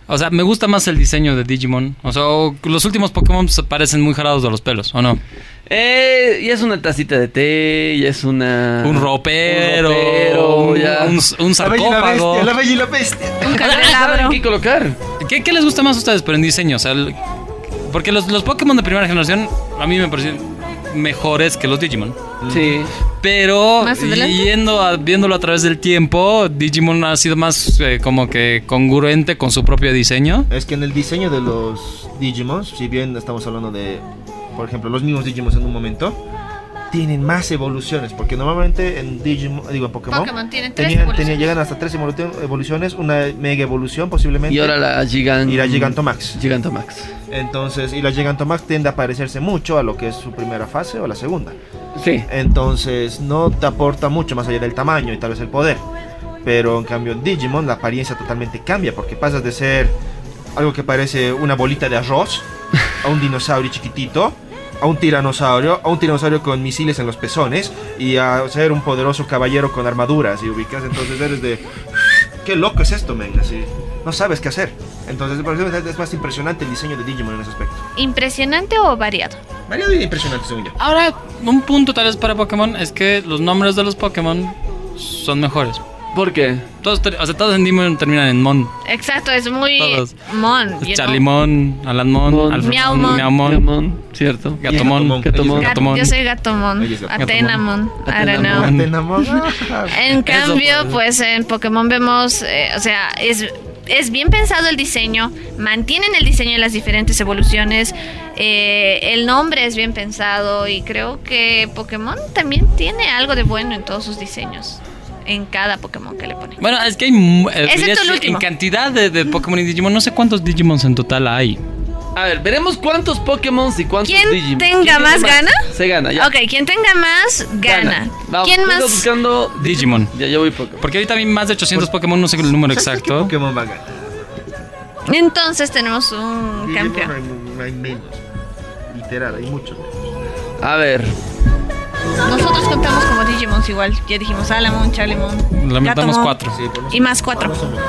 [SPEAKER 3] O sea, me gusta más el diseño de Digimon. O sea, o- los últimos Pokémon se parecen muy jalados de los pelos, ¿o no?
[SPEAKER 1] Eh, ya es una tacita de té, ya es una...
[SPEAKER 3] un ropero,
[SPEAKER 1] un ropero,
[SPEAKER 3] un,
[SPEAKER 1] ya.
[SPEAKER 3] un- un
[SPEAKER 2] La bella y la
[SPEAKER 3] sarcófago.
[SPEAKER 2] bestia. La bella y la bestia.
[SPEAKER 4] un
[SPEAKER 1] Ya saben
[SPEAKER 4] candelabro.
[SPEAKER 1] qué colocar.
[SPEAKER 3] ¿Qué, qué les gusta más a ustedes, pero en diseño? O sea, el- porque los, los Pokémon de primera generación a mí me parecen mejores que los Digimon.
[SPEAKER 1] Sí.
[SPEAKER 3] Pero
[SPEAKER 4] Más adelante.
[SPEAKER 3] yendo a- viéndolo a través del tiempo, Digimon ha sido más eh, como que congruente con su propio diseño.
[SPEAKER 2] Es que en el diseño de los Digimons, si bien estamos hablando de, por ejemplo, los mismos Digimons en un momento, tienen más evoluciones, porque normalmente en Digimon, digo en Pokémon,
[SPEAKER 4] Pokémon tienen tres
[SPEAKER 2] tenían,
[SPEAKER 4] evoluciones.
[SPEAKER 2] tenían- llegan hasta tres evolu- evoluciones, una mega evolución posiblemente,
[SPEAKER 1] Y ahora la Gigant...
[SPEAKER 2] y la Gigantomax.
[SPEAKER 1] Gigantomax.
[SPEAKER 2] Entonces, y la Gigantomax tiende a parecerse mucho a lo que es su primera fase o la segunda.
[SPEAKER 1] Sí.
[SPEAKER 2] Entonces, no te aporta mucho más allá del tamaño y tal vez el poder. Pero en cambio, en Digimon la apariencia totalmente cambia porque pasas de ser algo que parece una bolita de arroz a un dinosaurio chiquitito, a un tiranosaurio, a un tiranosaurio con misiles en los pezones y a ser un poderoso caballero con armaduras y ubicas. Entonces, eres de. ¡Qué loco es esto, men! Así, no sabes qué hacer. Entonces, por eso es más impresionante el diseño de Digimon en ese aspecto.
[SPEAKER 4] Impresionante o variado.
[SPEAKER 2] Variado y impresionante, según yo.
[SPEAKER 3] Ahora, un punto tal vez para Pokémon es que los nombres de los Pokémon son mejores.
[SPEAKER 1] ¿Por qué?
[SPEAKER 3] Todos, ter- o sea, todos en Digimon terminan en Mon.
[SPEAKER 4] Exacto, es muy
[SPEAKER 3] Todos.
[SPEAKER 4] mon. you know.
[SPEAKER 3] Charlimon,
[SPEAKER 1] Mon.
[SPEAKER 3] Alanmon,
[SPEAKER 4] Miaumon.
[SPEAKER 3] Alfredmon, Miaumon,
[SPEAKER 1] Pokémon, ¿cierto?
[SPEAKER 3] Gatomon.
[SPEAKER 1] Gatomon.
[SPEAKER 4] Gat-
[SPEAKER 3] Gatomon.
[SPEAKER 4] Yo soy gatomon.
[SPEAKER 2] Ella es gatomon.
[SPEAKER 4] Atenamon. I don't know.
[SPEAKER 3] Atenamon.
[SPEAKER 2] Te enamoras.
[SPEAKER 4] En cambio,
[SPEAKER 3] puede.
[SPEAKER 4] pues en Pokémon vemos, eh, o sea, es, es bien pensado el diseño, mantienen el diseño en las diferentes evoluciones, eh, el nombre es bien pensado y creo que Pokémon también tiene algo de bueno en todos sus diseños, en cada Pokémon que le ponen.
[SPEAKER 3] Bueno, es que hay. mu- eh,
[SPEAKER 4] Excepto
[SPEAKER 3] dirías
[SPEAKER 4] el
[SPEAKER 3] que
[SPEAKER 4] último.
[SPEAKER 3] En cantidad de, de Pokémon y Digimon, no sé cuántos Digimons en total hay.
[SPEAKER 1] A ver, veremos cuántos Pokémon y cuántos
[SPEAKER 4] ¿Quién
[SPEAKER 1] Digimon.
[SPEAKER 4] tenga
[SPEAKER 1] tiene
[SPEAKER 4] más gana?
[SPEAKER 1] Se gana, Ah, ya.
[SPEAKER 4] Ok, quien tenga más, gana.
[SPEAKER 1] Vamos,
[SPEAKER 4] ¿Quién
[SPEAKER 1] tú estás
[SPEAKER 4] más?
[SPEAKER 1] buscando
[SPEAKER 3] Digimon.
[SPEAKER 1] Ya, yo voy Pokémon.
[SPEAKER 3] Porque ahorita hay más de 800 Pokémon, no sé el número
[SPEAKER 2] ¿Sabes qué
[SPEAKER 3] exacto.
[SPEAKER 2] Pokémon va a ganar?
[SPEAKER 4] Entonces tenemos un
[SPEAKER 2] Digimon
[SPEAKER 4] campeón.
[SPEAKER 2] hay- hay menos. Literal, hay muchos menos.
[SPEAKER 1] A ver,
[SPEAKER 4] Nosotros contamos como Digimons igual, ya dijimos "Ah, Alamon, Chalemon,
[SPEAKER 3] Lamentamos
[SPEAKER 4] Gatomon,
[SPEAKER 3] cuatro.
[SPEAKER 2] Sí, por
[SPEAKER 4] Y más cuatro.
[SPEAKER 2] más o menos.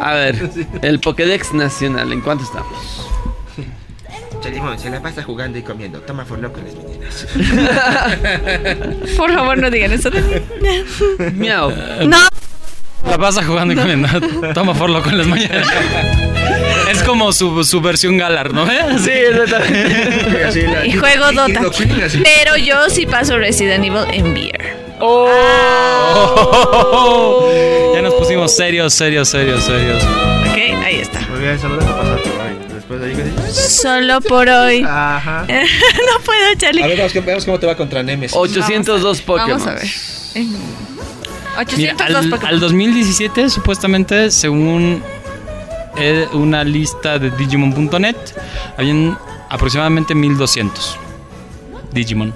[SPEAKER 1] a ver. El Pokédex Nacional, ¿en cuánto estamos?
[SPEAKER 2] Chalimón, se la pasa jugando y comiendo. Toma por loco las meninas.
[SPEAKER 4] Por favor, no digan eso de mí.
[SPEAKER 1] Miau.
[SPEAKER 4] No,
[SPEAKER 3] La pasa jugando y comiendo. Toma forlo con las mañanas. Es como su, su versión galar, ¿no?
[SPEAKER 1] Sí, exactamente.
[SPEAKER 4] y juego Dota. Pero yo sí paso Resident Evil en VR.
[SPEAKER 3] Ya nos pusimos serios, serios, serios, serios.
[SPEAKER 4] Ok, ahí está.
[SPEAKER 2] Muy bien, saludos a pasar por ahí. Después de ahí, ¿qué dices?
[SPEAKER 4] Solo por hoy.
[SPEAKER 3] Ah.
[SPEAKER 2] Ajá.
[SPEAKER 4] no puedo,
[SPEAKER 2] A
[SPEAKER 4] Charlie.
[SPEAKER 2] ver, vamos, veamos cómo te va contra Nemesis.
[SPEAKER 1] 802 Pokémon.
[SPEAKER 4] Vamos a ver. En-
[SPEAKER 3] Mira,
[SPEAKER 4] 802
[SPEAKER 3] al,
[SPEAKER 4] Pokémon.
[SPEAKER 3] al 2017, supuestamente, según eh, una lista de Digimon.net, habían aproximadamente 1200 Digimon.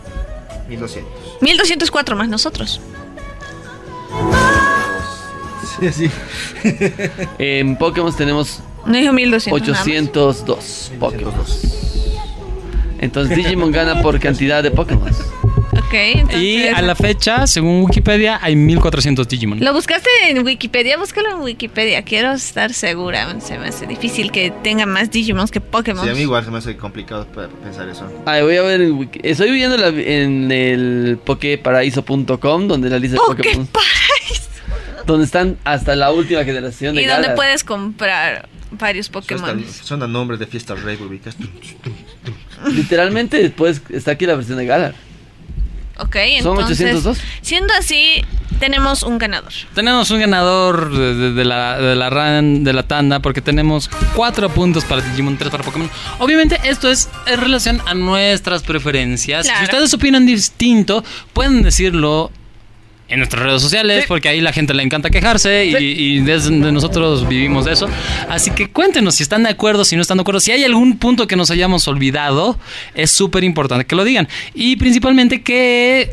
[SPEAKER 2] 1200.
[SPEAKER 4] 1204 más nosotros.
[SPEAKER 2] Sí, sí.
[SPEAKER 1] En Pokémon tenemos
[SPEAKER 4] No dijo 1200. nada más.
[SPEAKER 1] 802 Pokémon. Entonces Digimon gana por cantidad de Pokémon.
[SPEAKER 4] Ok. Ok, entonces.
[SPEAKER 3] Y a la fecha, según Wikipedia, hay 1400 Digimon.
[SPEAKER 4] ¿Lo buscaste en Wikipedia? Búscalo en Wikipedia. Quiero estar segura. Se me hace difícil que tenga más Digimons que Pokémon.
[SPEAKER 2] Sí, a mí igual se me hace complicado pe- pensar eso.
[SPEAKER 1] Ay, voy a ver. en Wiki- Estoy viendo la- en el pokeparaíso.com, donde la lista
[SPEAKER 4] ¡Oh,
[SPEAKER 1] de Pokémon. Donde están hasta la última generación de
[SPEAKER 4] Y donde
[SPEAKER 1] Galar.
[SPEAKER 4] puedes comprar varios
[SPEAKER 2] Son
[SPEAKER 4] Pokémon.
[SPEAKER 2] son a nombres de fiestas rave ubicas.
[SPEAKER 1] Literalmente, después está aquí la versión de Galar.
[SPEAKER 4] Ok,
[SPEAKER 1] Son
[SPEAKER 4] entonces.
[SPEAKER 1] 802.
[SPEAKER 4] Siendo así, tenemos un ganador.
[SPEAKER 3] Tenemos un ganador de, de- de la, de, la ran- de la tanda porque tenemos cuatro puntos para Digimon, tres para Pokémon. Obviamente esto es en relación a nuestras preferencias.
[SPEAKER 4] Claro.
[SPEAKER 3] Si ustedes opinan distinto, pueden decirlo en nuestras redes sociales porque ahí la gente le encanta quejarse y, y desde nosotros vivimos de eso. Así que cuéntenos si están de acuerdo, si no están de acuerdo, si hay algún punto que nos hayamos olvidado, es súper importante que lo digan. Y principalmente que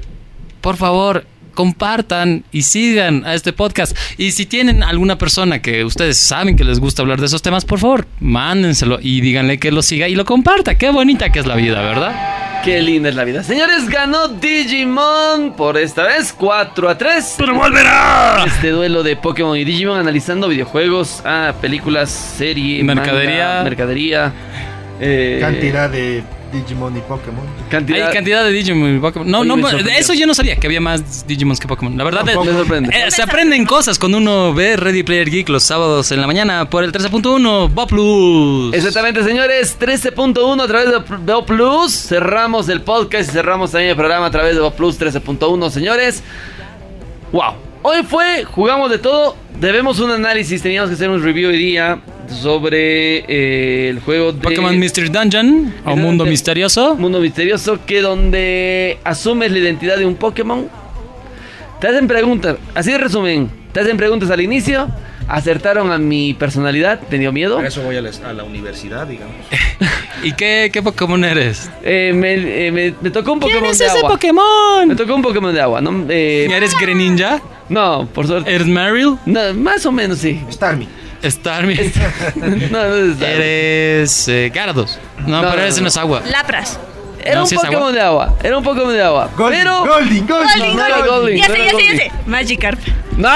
[SPEAKER 3] por favor, compartan y sigan a este podcast. Y si tienen alguna persona que ustedes saben que les gusta hablar de esos temas, por favor, mándenselo y díganle que lo siga y lo comparta. Qué bonita que es la vida, ¿verdad?
[SPEAKER 1] Qué linda es la vida. Señores, ganó Digimon por esta vez 4 a 3.
[SPEAKER 3] ¡Pero volverá!
[SPEAKER 1] Este duelo de Pokémon y Digimon analizando videojuegos, ah, películas, serie, manga,
[SPEAKER 3] Mercadería.
[SPEAKER 1] mercadería eh,
[SPEAKER 2] Cantidad de Digimon y Pokémon.
[SPEAKER 1] cantidad.
[SPEAKER 3] Hay cantidad de Digimon y Pokémon. No,
[SPEAKER 1] Oye,
[SPEAKER 3] no,
[SPEAKER 1] me
[SPEAKER 3] de
[SPEAKER 1] sorprendió.
[SPEAKER 3] eso yo no sabía que había más Digimon que Pokémon. La verdad,
[SPEAKER 1] Me sorprende.
[SPEAKER 3] eh, se aprenden cosas cuando uno ve Ready Player Geek los sábados en la mañana por el 13.1 Boplus.
[SPEAKER 1] Exactamente, señores. 13.1 a través de Bo Plus. Cerramos el podcast y cerramos también el programa a través de Bo Plus 13.1, señores. Wow. Hoy fue, jugamos de todo. Debemos un análisis. Teníamos que hacer un review hoy día sobre eh, el juego de
[SPEAKER 3] Pokémon Mystery Dungeon o Mundo
[SPEAKER 1] Exactamente.
[SPEAKER 3] Misterioso.
[SPEAKER 1] Mundo misterioso que donde asumes la identidad de un Pokémon. Te hacen preguntas, así de resumen, te hacen preguntas al inicio, acertaron a mi personalidad, ¿te dio miedo?
[SPEAKER 2] Para eso voy a la, a la universidad, digamos.
[SPEAKER 3] ¿Y qué, qué Pokémon eres?
[SPEAKER 1] Eh, me, eh, me- me tocó un Pokémon de agua.
[SPEAKER 3] Pokémon?
[SPEAKER 1] Me tocó un Pokémon de agua, no, eh,
[SPEAKER 3] ¿Eres Eh. Greninja?
[SPEAKER 1] no por suerte.
[SPEAKER 3] ¿Eres Meryl?
[SPEAKER 1] No, más o menos sí. Este,
[SPEAKER 2] Starmie.
[SPEAKER 3] ¿Starmie?
[SPEAKER 1] no, no es-
[SPEAKER 3] ¿Eres eh, Gardos? No,
[SPEAKER 1] No,
[SPEAKER 3] pero
[SPEAKER 1] no,
[SPEAKER 3] ese
[SPEAKER 1] no.
[SPEAKER 3] no es agua.
[SPEAKER 4] Lapras.
[SPEAKER 1] Era
[SPEAKER 3] no,
[SPEAKER 1] un
[SPEAKER 3] sí es agua.
[SPEAKER 1] Pokémon de agua, era un Pokémon de agua.
[SPEAKER 2] Golding,
[SPEAKER 1] pero...
[SPEAKER 2] Golding, Golding,
[SPEAKER 4] Golding,
[SPEAKER 1] no era
[SPEAKER 4] Golding.
[SPEAKER 1] Golding,
[SPEAKER 4] Ya
[SPEAKER 1] no
[SPEAKER 4] sé,
[SPEAKER 1] era
[SPEAKER 4] ya sé, ya
[SPEAKER 1] Golding.
[SPEAKER 4] sé. Magikarp.
[SPEAKER 1] ¡No!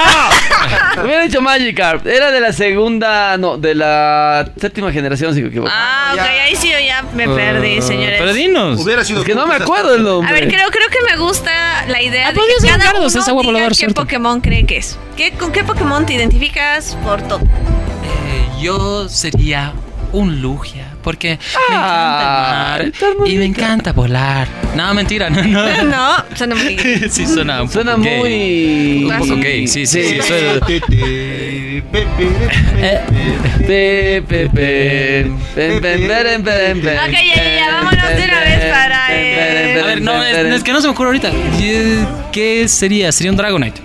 [SPEAKER 1] Me hubiera dicho Magikarp. Era de la segunda, no, de la séptima generación, si me equivoco.
[SPEAKER 4] Ah, ok,
[SPEAKER 2] ya.
[SPEAKER 4] ahí sí yo ya me perdí,
[SPEAKER 3] Ah,
[SPEAKER 4] señores.
[SPEAKER 3] Pero dinos.
[SPEAKER 2] Hubiera sido
[SPEAKER 1] Es que no me
[SPEAKER 2] cool,
[SPEAKER 1] acuerdo el nombre.
[SPEAKER 4] A ver, creo, creo que me gusta la idea
[SPEAKER 3] Ah,
[SPEAKER 4] de
[SPEAKER 3] podría
[SPEAKER 4] que
[SPEAKER 3] ser
[SPEAKER 4] cada
[SPEAKER 3] Gardos,
[SPEAKER 4] uno
[SPEAKER 3] es agua
[SPEAKER 4] diga
[SPEAKER 3] voladora,
[SPEAKER 4] qué
[SPEAKER 3] cierto.
[SPEAKER 4] Pokémon cree que es. ¿Qué, ¿Con qué Pokémon te identificas por todo?
[SPEAKER 3] Eh, yo sería un Lugia, porque
[SPEAKER 1] Ah,
[SPEAKER 3] me encanta
[SPEAKER 1] está
[SPEAKER 3] el mar y
[SPEAKER 1] bonito.
[SPEAKER 3] me encanta volar. No, mentira, no, no.
[SPEAKER 4] No, son muy...
[SPEAKER 3] sí, suena un poco
[SPEAKER 1] Suena
[SPEAKER 3] gay.
[SPEAKER 1] muy...
[SPEAKER 3] Un poco gay, sí, sí, sí.
[SPEAKER 1] Sí.
[SPEAKER 3] suena-
[SPEAKER 2] Te, te, te, pe, pe, pe, pe.
[SPEAKER 1] Pe, pe, pe, pen, pen, peren, peren, pen,
[SPEAKER 4] Ok, ya, ya, ya, vámonos de una
[SPEAKER 1] pen,
[SPEAKER 4] vez para,
[SPEAKER 1] pen,
[SPEAKER 4] eh,
[SPEAKER 1] peren,
[SPEAKER 3] A
[SPEAKER 1] peren,
[SPEAKER 3] ver, no, es,
[SPEAKER 1] peren.
[SPEAKER 3] es que no se me ocurre ahorita. Eh, ¿Qué sería? Sería un Dragonite.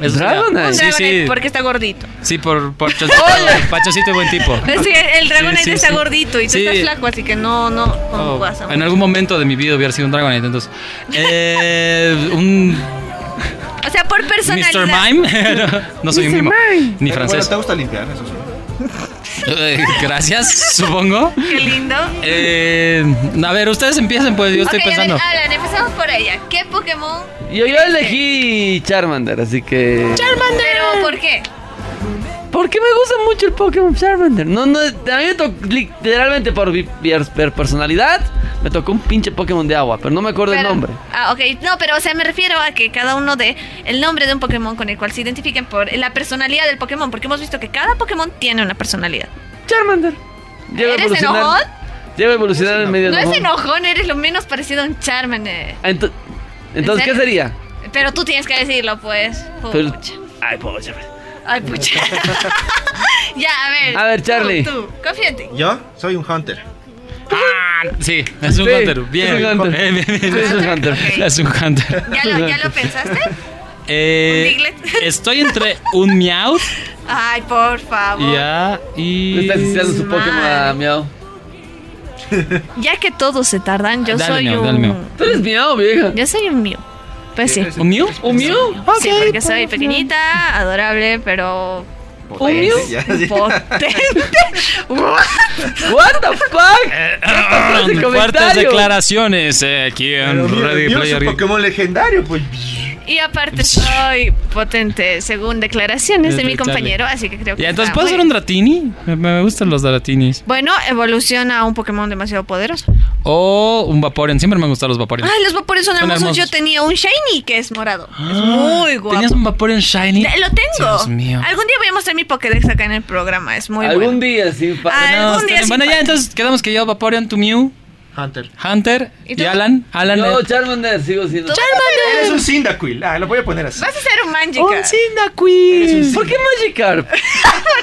[SPEAKER 3] Eso sería.
[SPEAKER 1] ¿Dragonite?
[SPEAKER 4] Un
[SPEAKER 3] Sí,
[SPEAKER 4] Dragonite
[SPEAKER 3] sí.
[SPEAKER 4] porque está gordito.
[SPEAKER 3] Sí, por, por choncito, pachoncito y buen tipo.
[SPEAKER 4] Es que el Dragonite
[SPEAKER 3] sí,
[SPEAKER 4] está
[SPEAKER 3] sí.
[SPEAKER 4] gordito y tú
[SPEAKER 3] Sí.
[SPEAKER 4] estás flaco, así que no, no, no
[SPEAKER 3] Oh,
[SPEAKER 4] vas a-
[SPEAKER 3] en algún momento de mi vida hubiera sido un Dragonite, entonces. Eh, un
[SPEAKER 4] O sea, por
[SPEAKER 3] Mr.
[SPEAKER 4] personalidad.
[SPEAKER 3] Mime. no, no soy un mimo. Ni
[SPEAKER 2] Pero bueno,
[SPEAKER 3] francés.
[SPEAKER 2] ¿Te gusta limpiar? Eso sí.
[SPEAKER 3] Eh, gracias, supongo.
[SPEAKER 4] Qué lindo.
[SPEAKER 3] Eh, a ver, ustedes empiecen, pues yo estoy
[SPEAKER 4] Ok,
[SPEAKER 3] pensando.
[SPEAKER 4] A ver, Alan, empezamos por ella. ¿Qué Pokémon?
[SPEAKER 1] Yo, yo elegí Charmander, así que...
[SPEAKER 4] Pero, ¿por qué?
[SPEAKER 1] ¿Por qué me gusta mucho el Pokémon Charmander? No, no, a mí me tocó literalmente por, vi- per- per personalidad, me tocó un pinche Pokémon de agua, pero no me acuerdo el
[SPEAKER 4] Pero-
[SPEAKER 1] nombre.
[SPEAKER 4] Ah, ok. No, pero, o sea, me refiero a que cada uno de el nombre de un Pokémon con el cual se identifiquen por la personalidad del Pokémon, porque hemos visto que cada Pokémon tiene una personalidad.
[SPEAKER 1] Charmander. Llega a
[SPEAKER 4] ¿Eres
[SPEAKER 1] evolucionar-
[SPEAKER 4] enojón?
[SPEAKER 1] Llega a evolucionar en medio
[SPEAKER 4] No
[SPEAKER 1] enojón.
[SPEAKER 4] es enojón, eres lo menos parecido a un Charmander.
[SPEAKER 1] Ah, ento- Entonces, ¿qué
[SPEAKER 4] serio?
[SPEAKER 1] sería?
[SPEAKER 4] Pero tú tienes que decirlo, pues.
[SPEAKER 1] Pero-
[SPEAKER 4] Pucha.
[SPEAKER 1] Ay, pobre Charmander.
[SPEAKER 4] Ay, pucha. ya, a ver.
[SPEAKER 1] A ver,
[SPEAKER 4] Tú,
[SPEAKER 1] Charlie.
[SPEAKER 4] Tú, confía en ti.
[SPEAKER 2] Yo soy un hunter.
[SPEAKER 3] Ah, sí, es un
[SPEAKER 1] Sí,
[SPEAKER 3] Hunter. Bien.
[SPEAKER 1] es un Hunter.
[SPEAKER 3] Bien, bien, bien.
[SPEAKER 1] Es un Hunter.
[SPEAKER 4] Ok.
[SPEAKER 3] Es un Hunter.
[SPEAKER 4] ¿Ya lo, ¿Ya lo pensaste?
[SPEAKER 3] Eh,
[SPEAKER 4] ¿Un Diglett?
[SPEAKER 3] estoy entre un Meowth
[SPEAKER 4] Ay, por favor.
[SPEAKER 3] ya y.
[SPEAKER 1] Le estás diciendo su Pokémon a
[SPEAKER 4] Mal.
[SPEAKER 1] Miau.
[SPEAKER 4] Ya que todos se tardan, yo
[SPEAKER 3] Dale,
[SPEAKER 4] soy
[SPEAKER 3] Mio,
[SPEAKER 4] un.
[SPEAKER 3] dale, Mio.
[SPEAKER 1] Tú eres Miau, vieja.
[SPEAKER 4] Yo soy un mío. Pues sí.
[SPEAKER 3] ¿Un Mew?
[SPEAKER 1] ¿Un Miau?
[SPEAKER 4] sí, porque soy pequeñita, adorable, pero
[SPEAKER 2] Potente, ya, sí.
[SPEAKER 4] Potente. What?
[SPEAKER 1] What the fuck?
[SPEAKER 3] Eh, ah,
[SPEAKER 1] Ese
[SPEAKER 3] Fuertes
[SPEAKER 1] comentario.
[SPEAKER 3] declaraciones eh, aquí
[SPEAKER 2] Pero
[SPEAKER 3] en
[SPEAKER 2] mira,
[SPEAKER 3] Ready
[SPEAKER 2] Dios,
[SPEAKER 3] Player
[SPEAKER 2] un Pokémon legendario, pues.
[SPEAKER 4] Y aparte soy potente, según declaraciones de mi
[SPEAKER 3] Chale.
[SPEAKER 4] compañero, así que creo que...
[SPEAKER 3] Y entonces
[SPEAKER 4] está
[SPEAKER 3] puedo
[SPEAKER 4] muy
[SPEAKER 3] ser un Dratini. Me, me gustan los Dratinis.
[SPEAKER 4] Bueno, evoluciona a un Pokémon demasiado poderoso.
[SPEAKER 3] O un Vaporeon. Siempre me han gustado los Vaporeon.
[SPEAKER 4] Ay, los vapores son
[SPEAKER 3] Son
[SPEAKER 4] hermosos.
[SPEAKER 3] hermosos.
[SPEAKER 4] Yo tenía un shiny que es morado. es
[SPEAKER 3] Ah,
[SPEAKER 4] muy guapo.
[SPEAKER 3] ¿Tenías un Vaporeon Shiny?
[SPEAKER 4] Te- Lo tengo.
[SPEAKER 3] Dios mío.
[SPEAKER 4] Algún día voy a mostrar mi Pokédex acá en el programa. Es muy
[SPEAKER 1] Algún
[SPEAKER 4] bueno.
[SPEAKER 1] día, sí, pa-
[SPEAKER 4] Algún
[SPEAKER 3] No,
[SPEAKER 4] día
[SPEAKER 3] está bien.
[SPEAKER 4] sí
[SPEAKER 3] bueno, ya
[SPEAKER 4] pasa.
[SPEAKER 3] entonces quedamos que yo, Vaporeon, tu Mew,
[SPEAKER 2] Hunter.
[SPEAKER 3] Hunter
[SPEAKER 4] ¿Y
[SPEAKER 3] y,
[SPEAKER 4] tú?
[SPEAKER 3] Alan. Alan.
[SPEAKER 1] Yo,
[SPEAKER 3] eh,
[SPEAKER 1] Charmander, sigo siendo.
[SPEAKER 2] Eres un Cyndaquil. Ah, lo voy a poner así.
[SPEAKER 4] Vas a ser un Magikarp.
[SPEAKER 3] un Cyndaquil.
[SPEAKER 1] ¿Por qué Magikarp?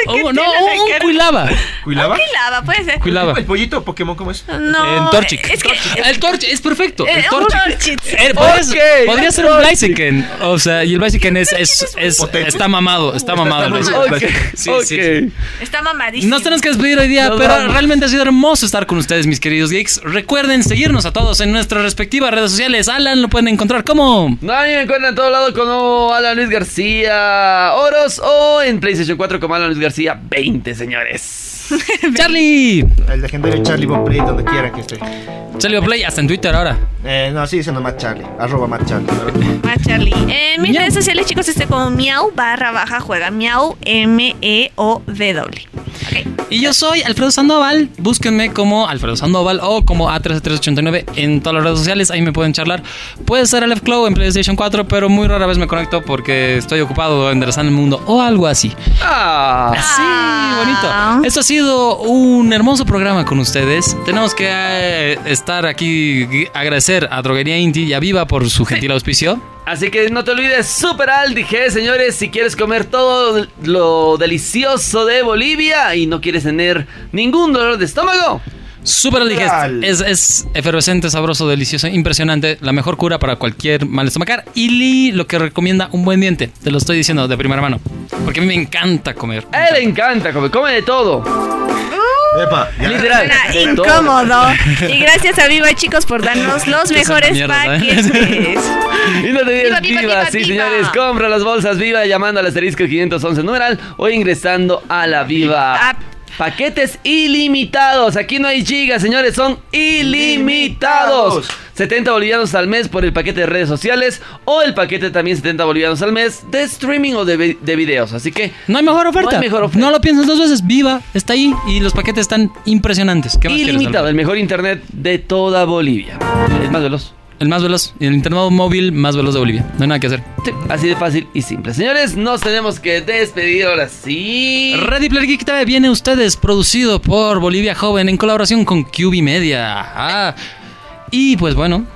[SPEAKER 3] Oh,
[SPEAKER 4] qué
[SPEAKER 3] no,
[SPEAKER 4] tiene la
[SPEAKER 3] un
[SPEAKER 4] cara?
[SPEAKER 3] Quilava.
[SPEAKER 2] ¿Cuilaba?
[SPEAKER 4] Un Quilava, puede ser.
[SPEAKER 3] Quilava.
[SPEAKER 2] ¿El pollito Pokémon cómo es?
[SPEAKER 4] No.
[SPEAKER 3] En Torchic. Ah,
[SPEAKER 4] Es que.
[SPEAKER 3] El Torch es perfecto.
[SPEAKER 4] eh,
[SPEAKER 3] El
[SPEAKER 4] un
[SPEAKER 3] Torchic.
[SPEAKER 4] Torchic.
[SPEAKER 3] Eh, podría,
[SPEAKER 1] Ok,
[SPEAKER 3] podría ser un Blaziken. O sea, y el Blaziken es, es, es-
[SPEAKER 2] potente.
[SPEAKER 3] está mamado. Está mamado el
[SPEAKER 2] mamado.
[SPEAKER 3] Blaziken.
[SPEAKER 1] Ok,
[SPEAKER 3] Sí,
[SPEAKER 1] ok.
[SPEAKER 3] sí, sí.
[SPEAKER 4] Está mamadísimo.
[SPEAKER 3] Nos tenemos que despedir hoy día,
[SPEAKER 1] Nos
[SPEAKER 3] pero
[SPEAKER 1] vamos.
[SPEAKER 3] realmente ha sido hermoso estar con ustedes, mis queridos geeks. Recuerden seguirnos a todos en nuestras respectivas redes sociales. Alan lo pueden encontrar como.
[SPEAKER 1] No, a mí me encuentran en todo lado como Alan Luis García Oros o en PlayStation 4 como Alan Luis García 20, señores.
[SPEAKER 3] Charlie.
[SPEAKER 2] El legendario Charlie Bon Play, donde quieran que esté.
[SPEAKER 3] Charlie Play, hasta en Twitter ahora.
[SPEAKER 2] Eh, no, sigue siendo más Charlie. Arroba más Charlie.
[SPEAKER 4] Ah, Charlie. En mis
[SPEAKER 3] Miau.
[SPEAKER 4] redes sociales, chicos, estoy como miau barra baja juega. Miau M-E-O-W. Ok.
[SPEAKER 3] Y yo soy Alfredo Sandoval. Búsquenme como Alfredo Sandoval o como A3389 en todas las redes sociales. Ahí me pueden charlar. Puede ser Aleph Clow en PlayStation 4, pero muy rara vez me conecto porque estoy ocupado enderezando el mundo o algo así.
[SPEAKER 1] Ah.
[SPEAKER 3] Así,
[SPEAKER 4] Ah.
[SPEAKER 3] bonito. Esto ha sido un hermoso programa con ustedes. Tenemos que eh, estar aquí, gui- agradecer a Droguería Inti y a Viva por su gentil auspicio.
[SPEAKER 1] Así que no te olvides, Super Aldige, señores, si quieres comer todo lo delicioso de Bolivia y no quieres tener ningún dolor de estómago.
[SPEAKER 3] Super Digest.
[SPEAKER 2] Al.
[SPEAKER 3] Es, es efervescente, sabroso, delicioso, impresionante. La mejor cura para cualquier mal estomacal. Y Lee, lo que recomienda un buen diente. Te lo estoy diciendo de primera mano. Porque a mí me encanta comer.
[SPEAKER 1] A él le encanta, come, come de todo.
[SPEAKER 2] Epa, ya.
[SPEAKER 1] Literal.
[SPEAKER 4] Suena
[SPEAKER 1] de todo.
[SPEAKER 4] incómodo. Y gracias a Viva, chicos, por darnos los mejores
[SPEAKER 3] mierdas, ¿eh?
[SPEAKER 4] paquetes.
[SPEAKER 1] Y no te olvides,
[SPEAKER 4] Viva, viva,
[SPEAKER 1] viva,
[SPEAKER 4] viva,
[SPEAKER 1] sí,
[SPEAKER 4] viva.
[SPEAKER 1] señores, compra las bolsas viva llamando al asterisco 511 numeral o ingresando a la viva.
[SPEAKER 4] App.
[SPEAKER 1] Paquetes ilimitados. Aquí no hay gigas, señores, son ilimitados.
[SPEAKER 2] Ilimitados.
[SPEAKER 1] 70 bolivianos al mes por el paquete de redes sociales o el paquete también 70 bolivianos al mes de streaming o de, vi- de videos. Así que
[SPEAKER 3] No hay mejor oferta.
[SPEAKER 1] No hay mejor oferta.
[SPEAKER 3] No lo pienses dos veces. Viva, está ahí. Y los paquetes están impresionantes. ¿Qué más quieres,
[SPEAKER 1] ilimitado,
[SPEAKER 3] Alfredo?
[SPEAKER 1] el mejor internet de toda Bolivia. Es más veloz.
[SPEAKER 3] El más veloz. El internado móvil más veloz de Bolivia. No hay nada que hacer.
[SPEAKER 1] Sí, Así de fácil y simple. Señores, nos tenemos que despedir ahora sí.
[SPEAKER 3] Ready Player Geek TV viene a ustedes producido por Bolivia Joven en colaboración con QB Media. Ah, y pues bueno,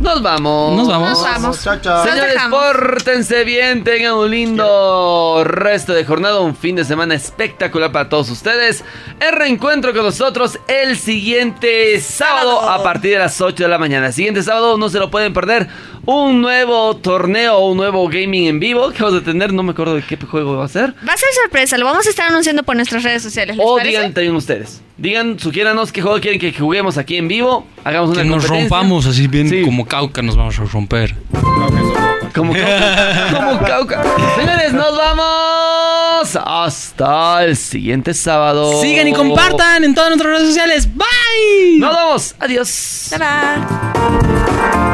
[SPEAKER 1] Nos vamos.
[SPEAKER 3] Nos vamos.
[SPEAKER 4] Nos vamos.
[SPEAKER 2] Chao, chao.
[SPEAKER 4] Nos
[SPEAKER 1] Señores,
[SPEAKER 4] dejamos.
[SPEAKER 1] pórtense bien, tengan un lindo resto de jornada, un fin de semana espectacular para todos ustedes. El reencuentro con nosotros el siguiente sábado
[SPEAKER 4] Sábado.
[SPEAKER 1] a partir de las 8 de la mañana. El siguiente sábado no se lo pueden perder. Un nuevo torneo, un nuevo gaming en vivo que vamos a tener. No me acuerdo de qué juego va a ser.
[SPEAKER 4] Va a ser sorpresa, lo vamos a estar anunciando por nuestras redes sociales. ¿Les
[SPEAKER 1] O
[SPEAKER 4] parece?
[SPEAKER 1] digan también ustedes. Digan, sugiéranos qué juego quieren que juguemos aquí en vivo. Hagamos una
[SPEAKER 3] que nos
[SPEAKER 1] competencia.
[SPEAKER 3] rompamos así bien
[SPEAKER 1] Sí.
[SPEAKER 3] como cauca, nos vamos a romper.
[SPEAKER 1] Como Cauca. Como Cauca. Señores, nos vamos. Hasta el siguiente sábado.
[SPEAKER 3] Sigan y compartan en todas nuestras redes sociales. Bye.
[SPEAKER 1] Nos vamos. Adiós.
[SPEAKER 4] Bye, bye.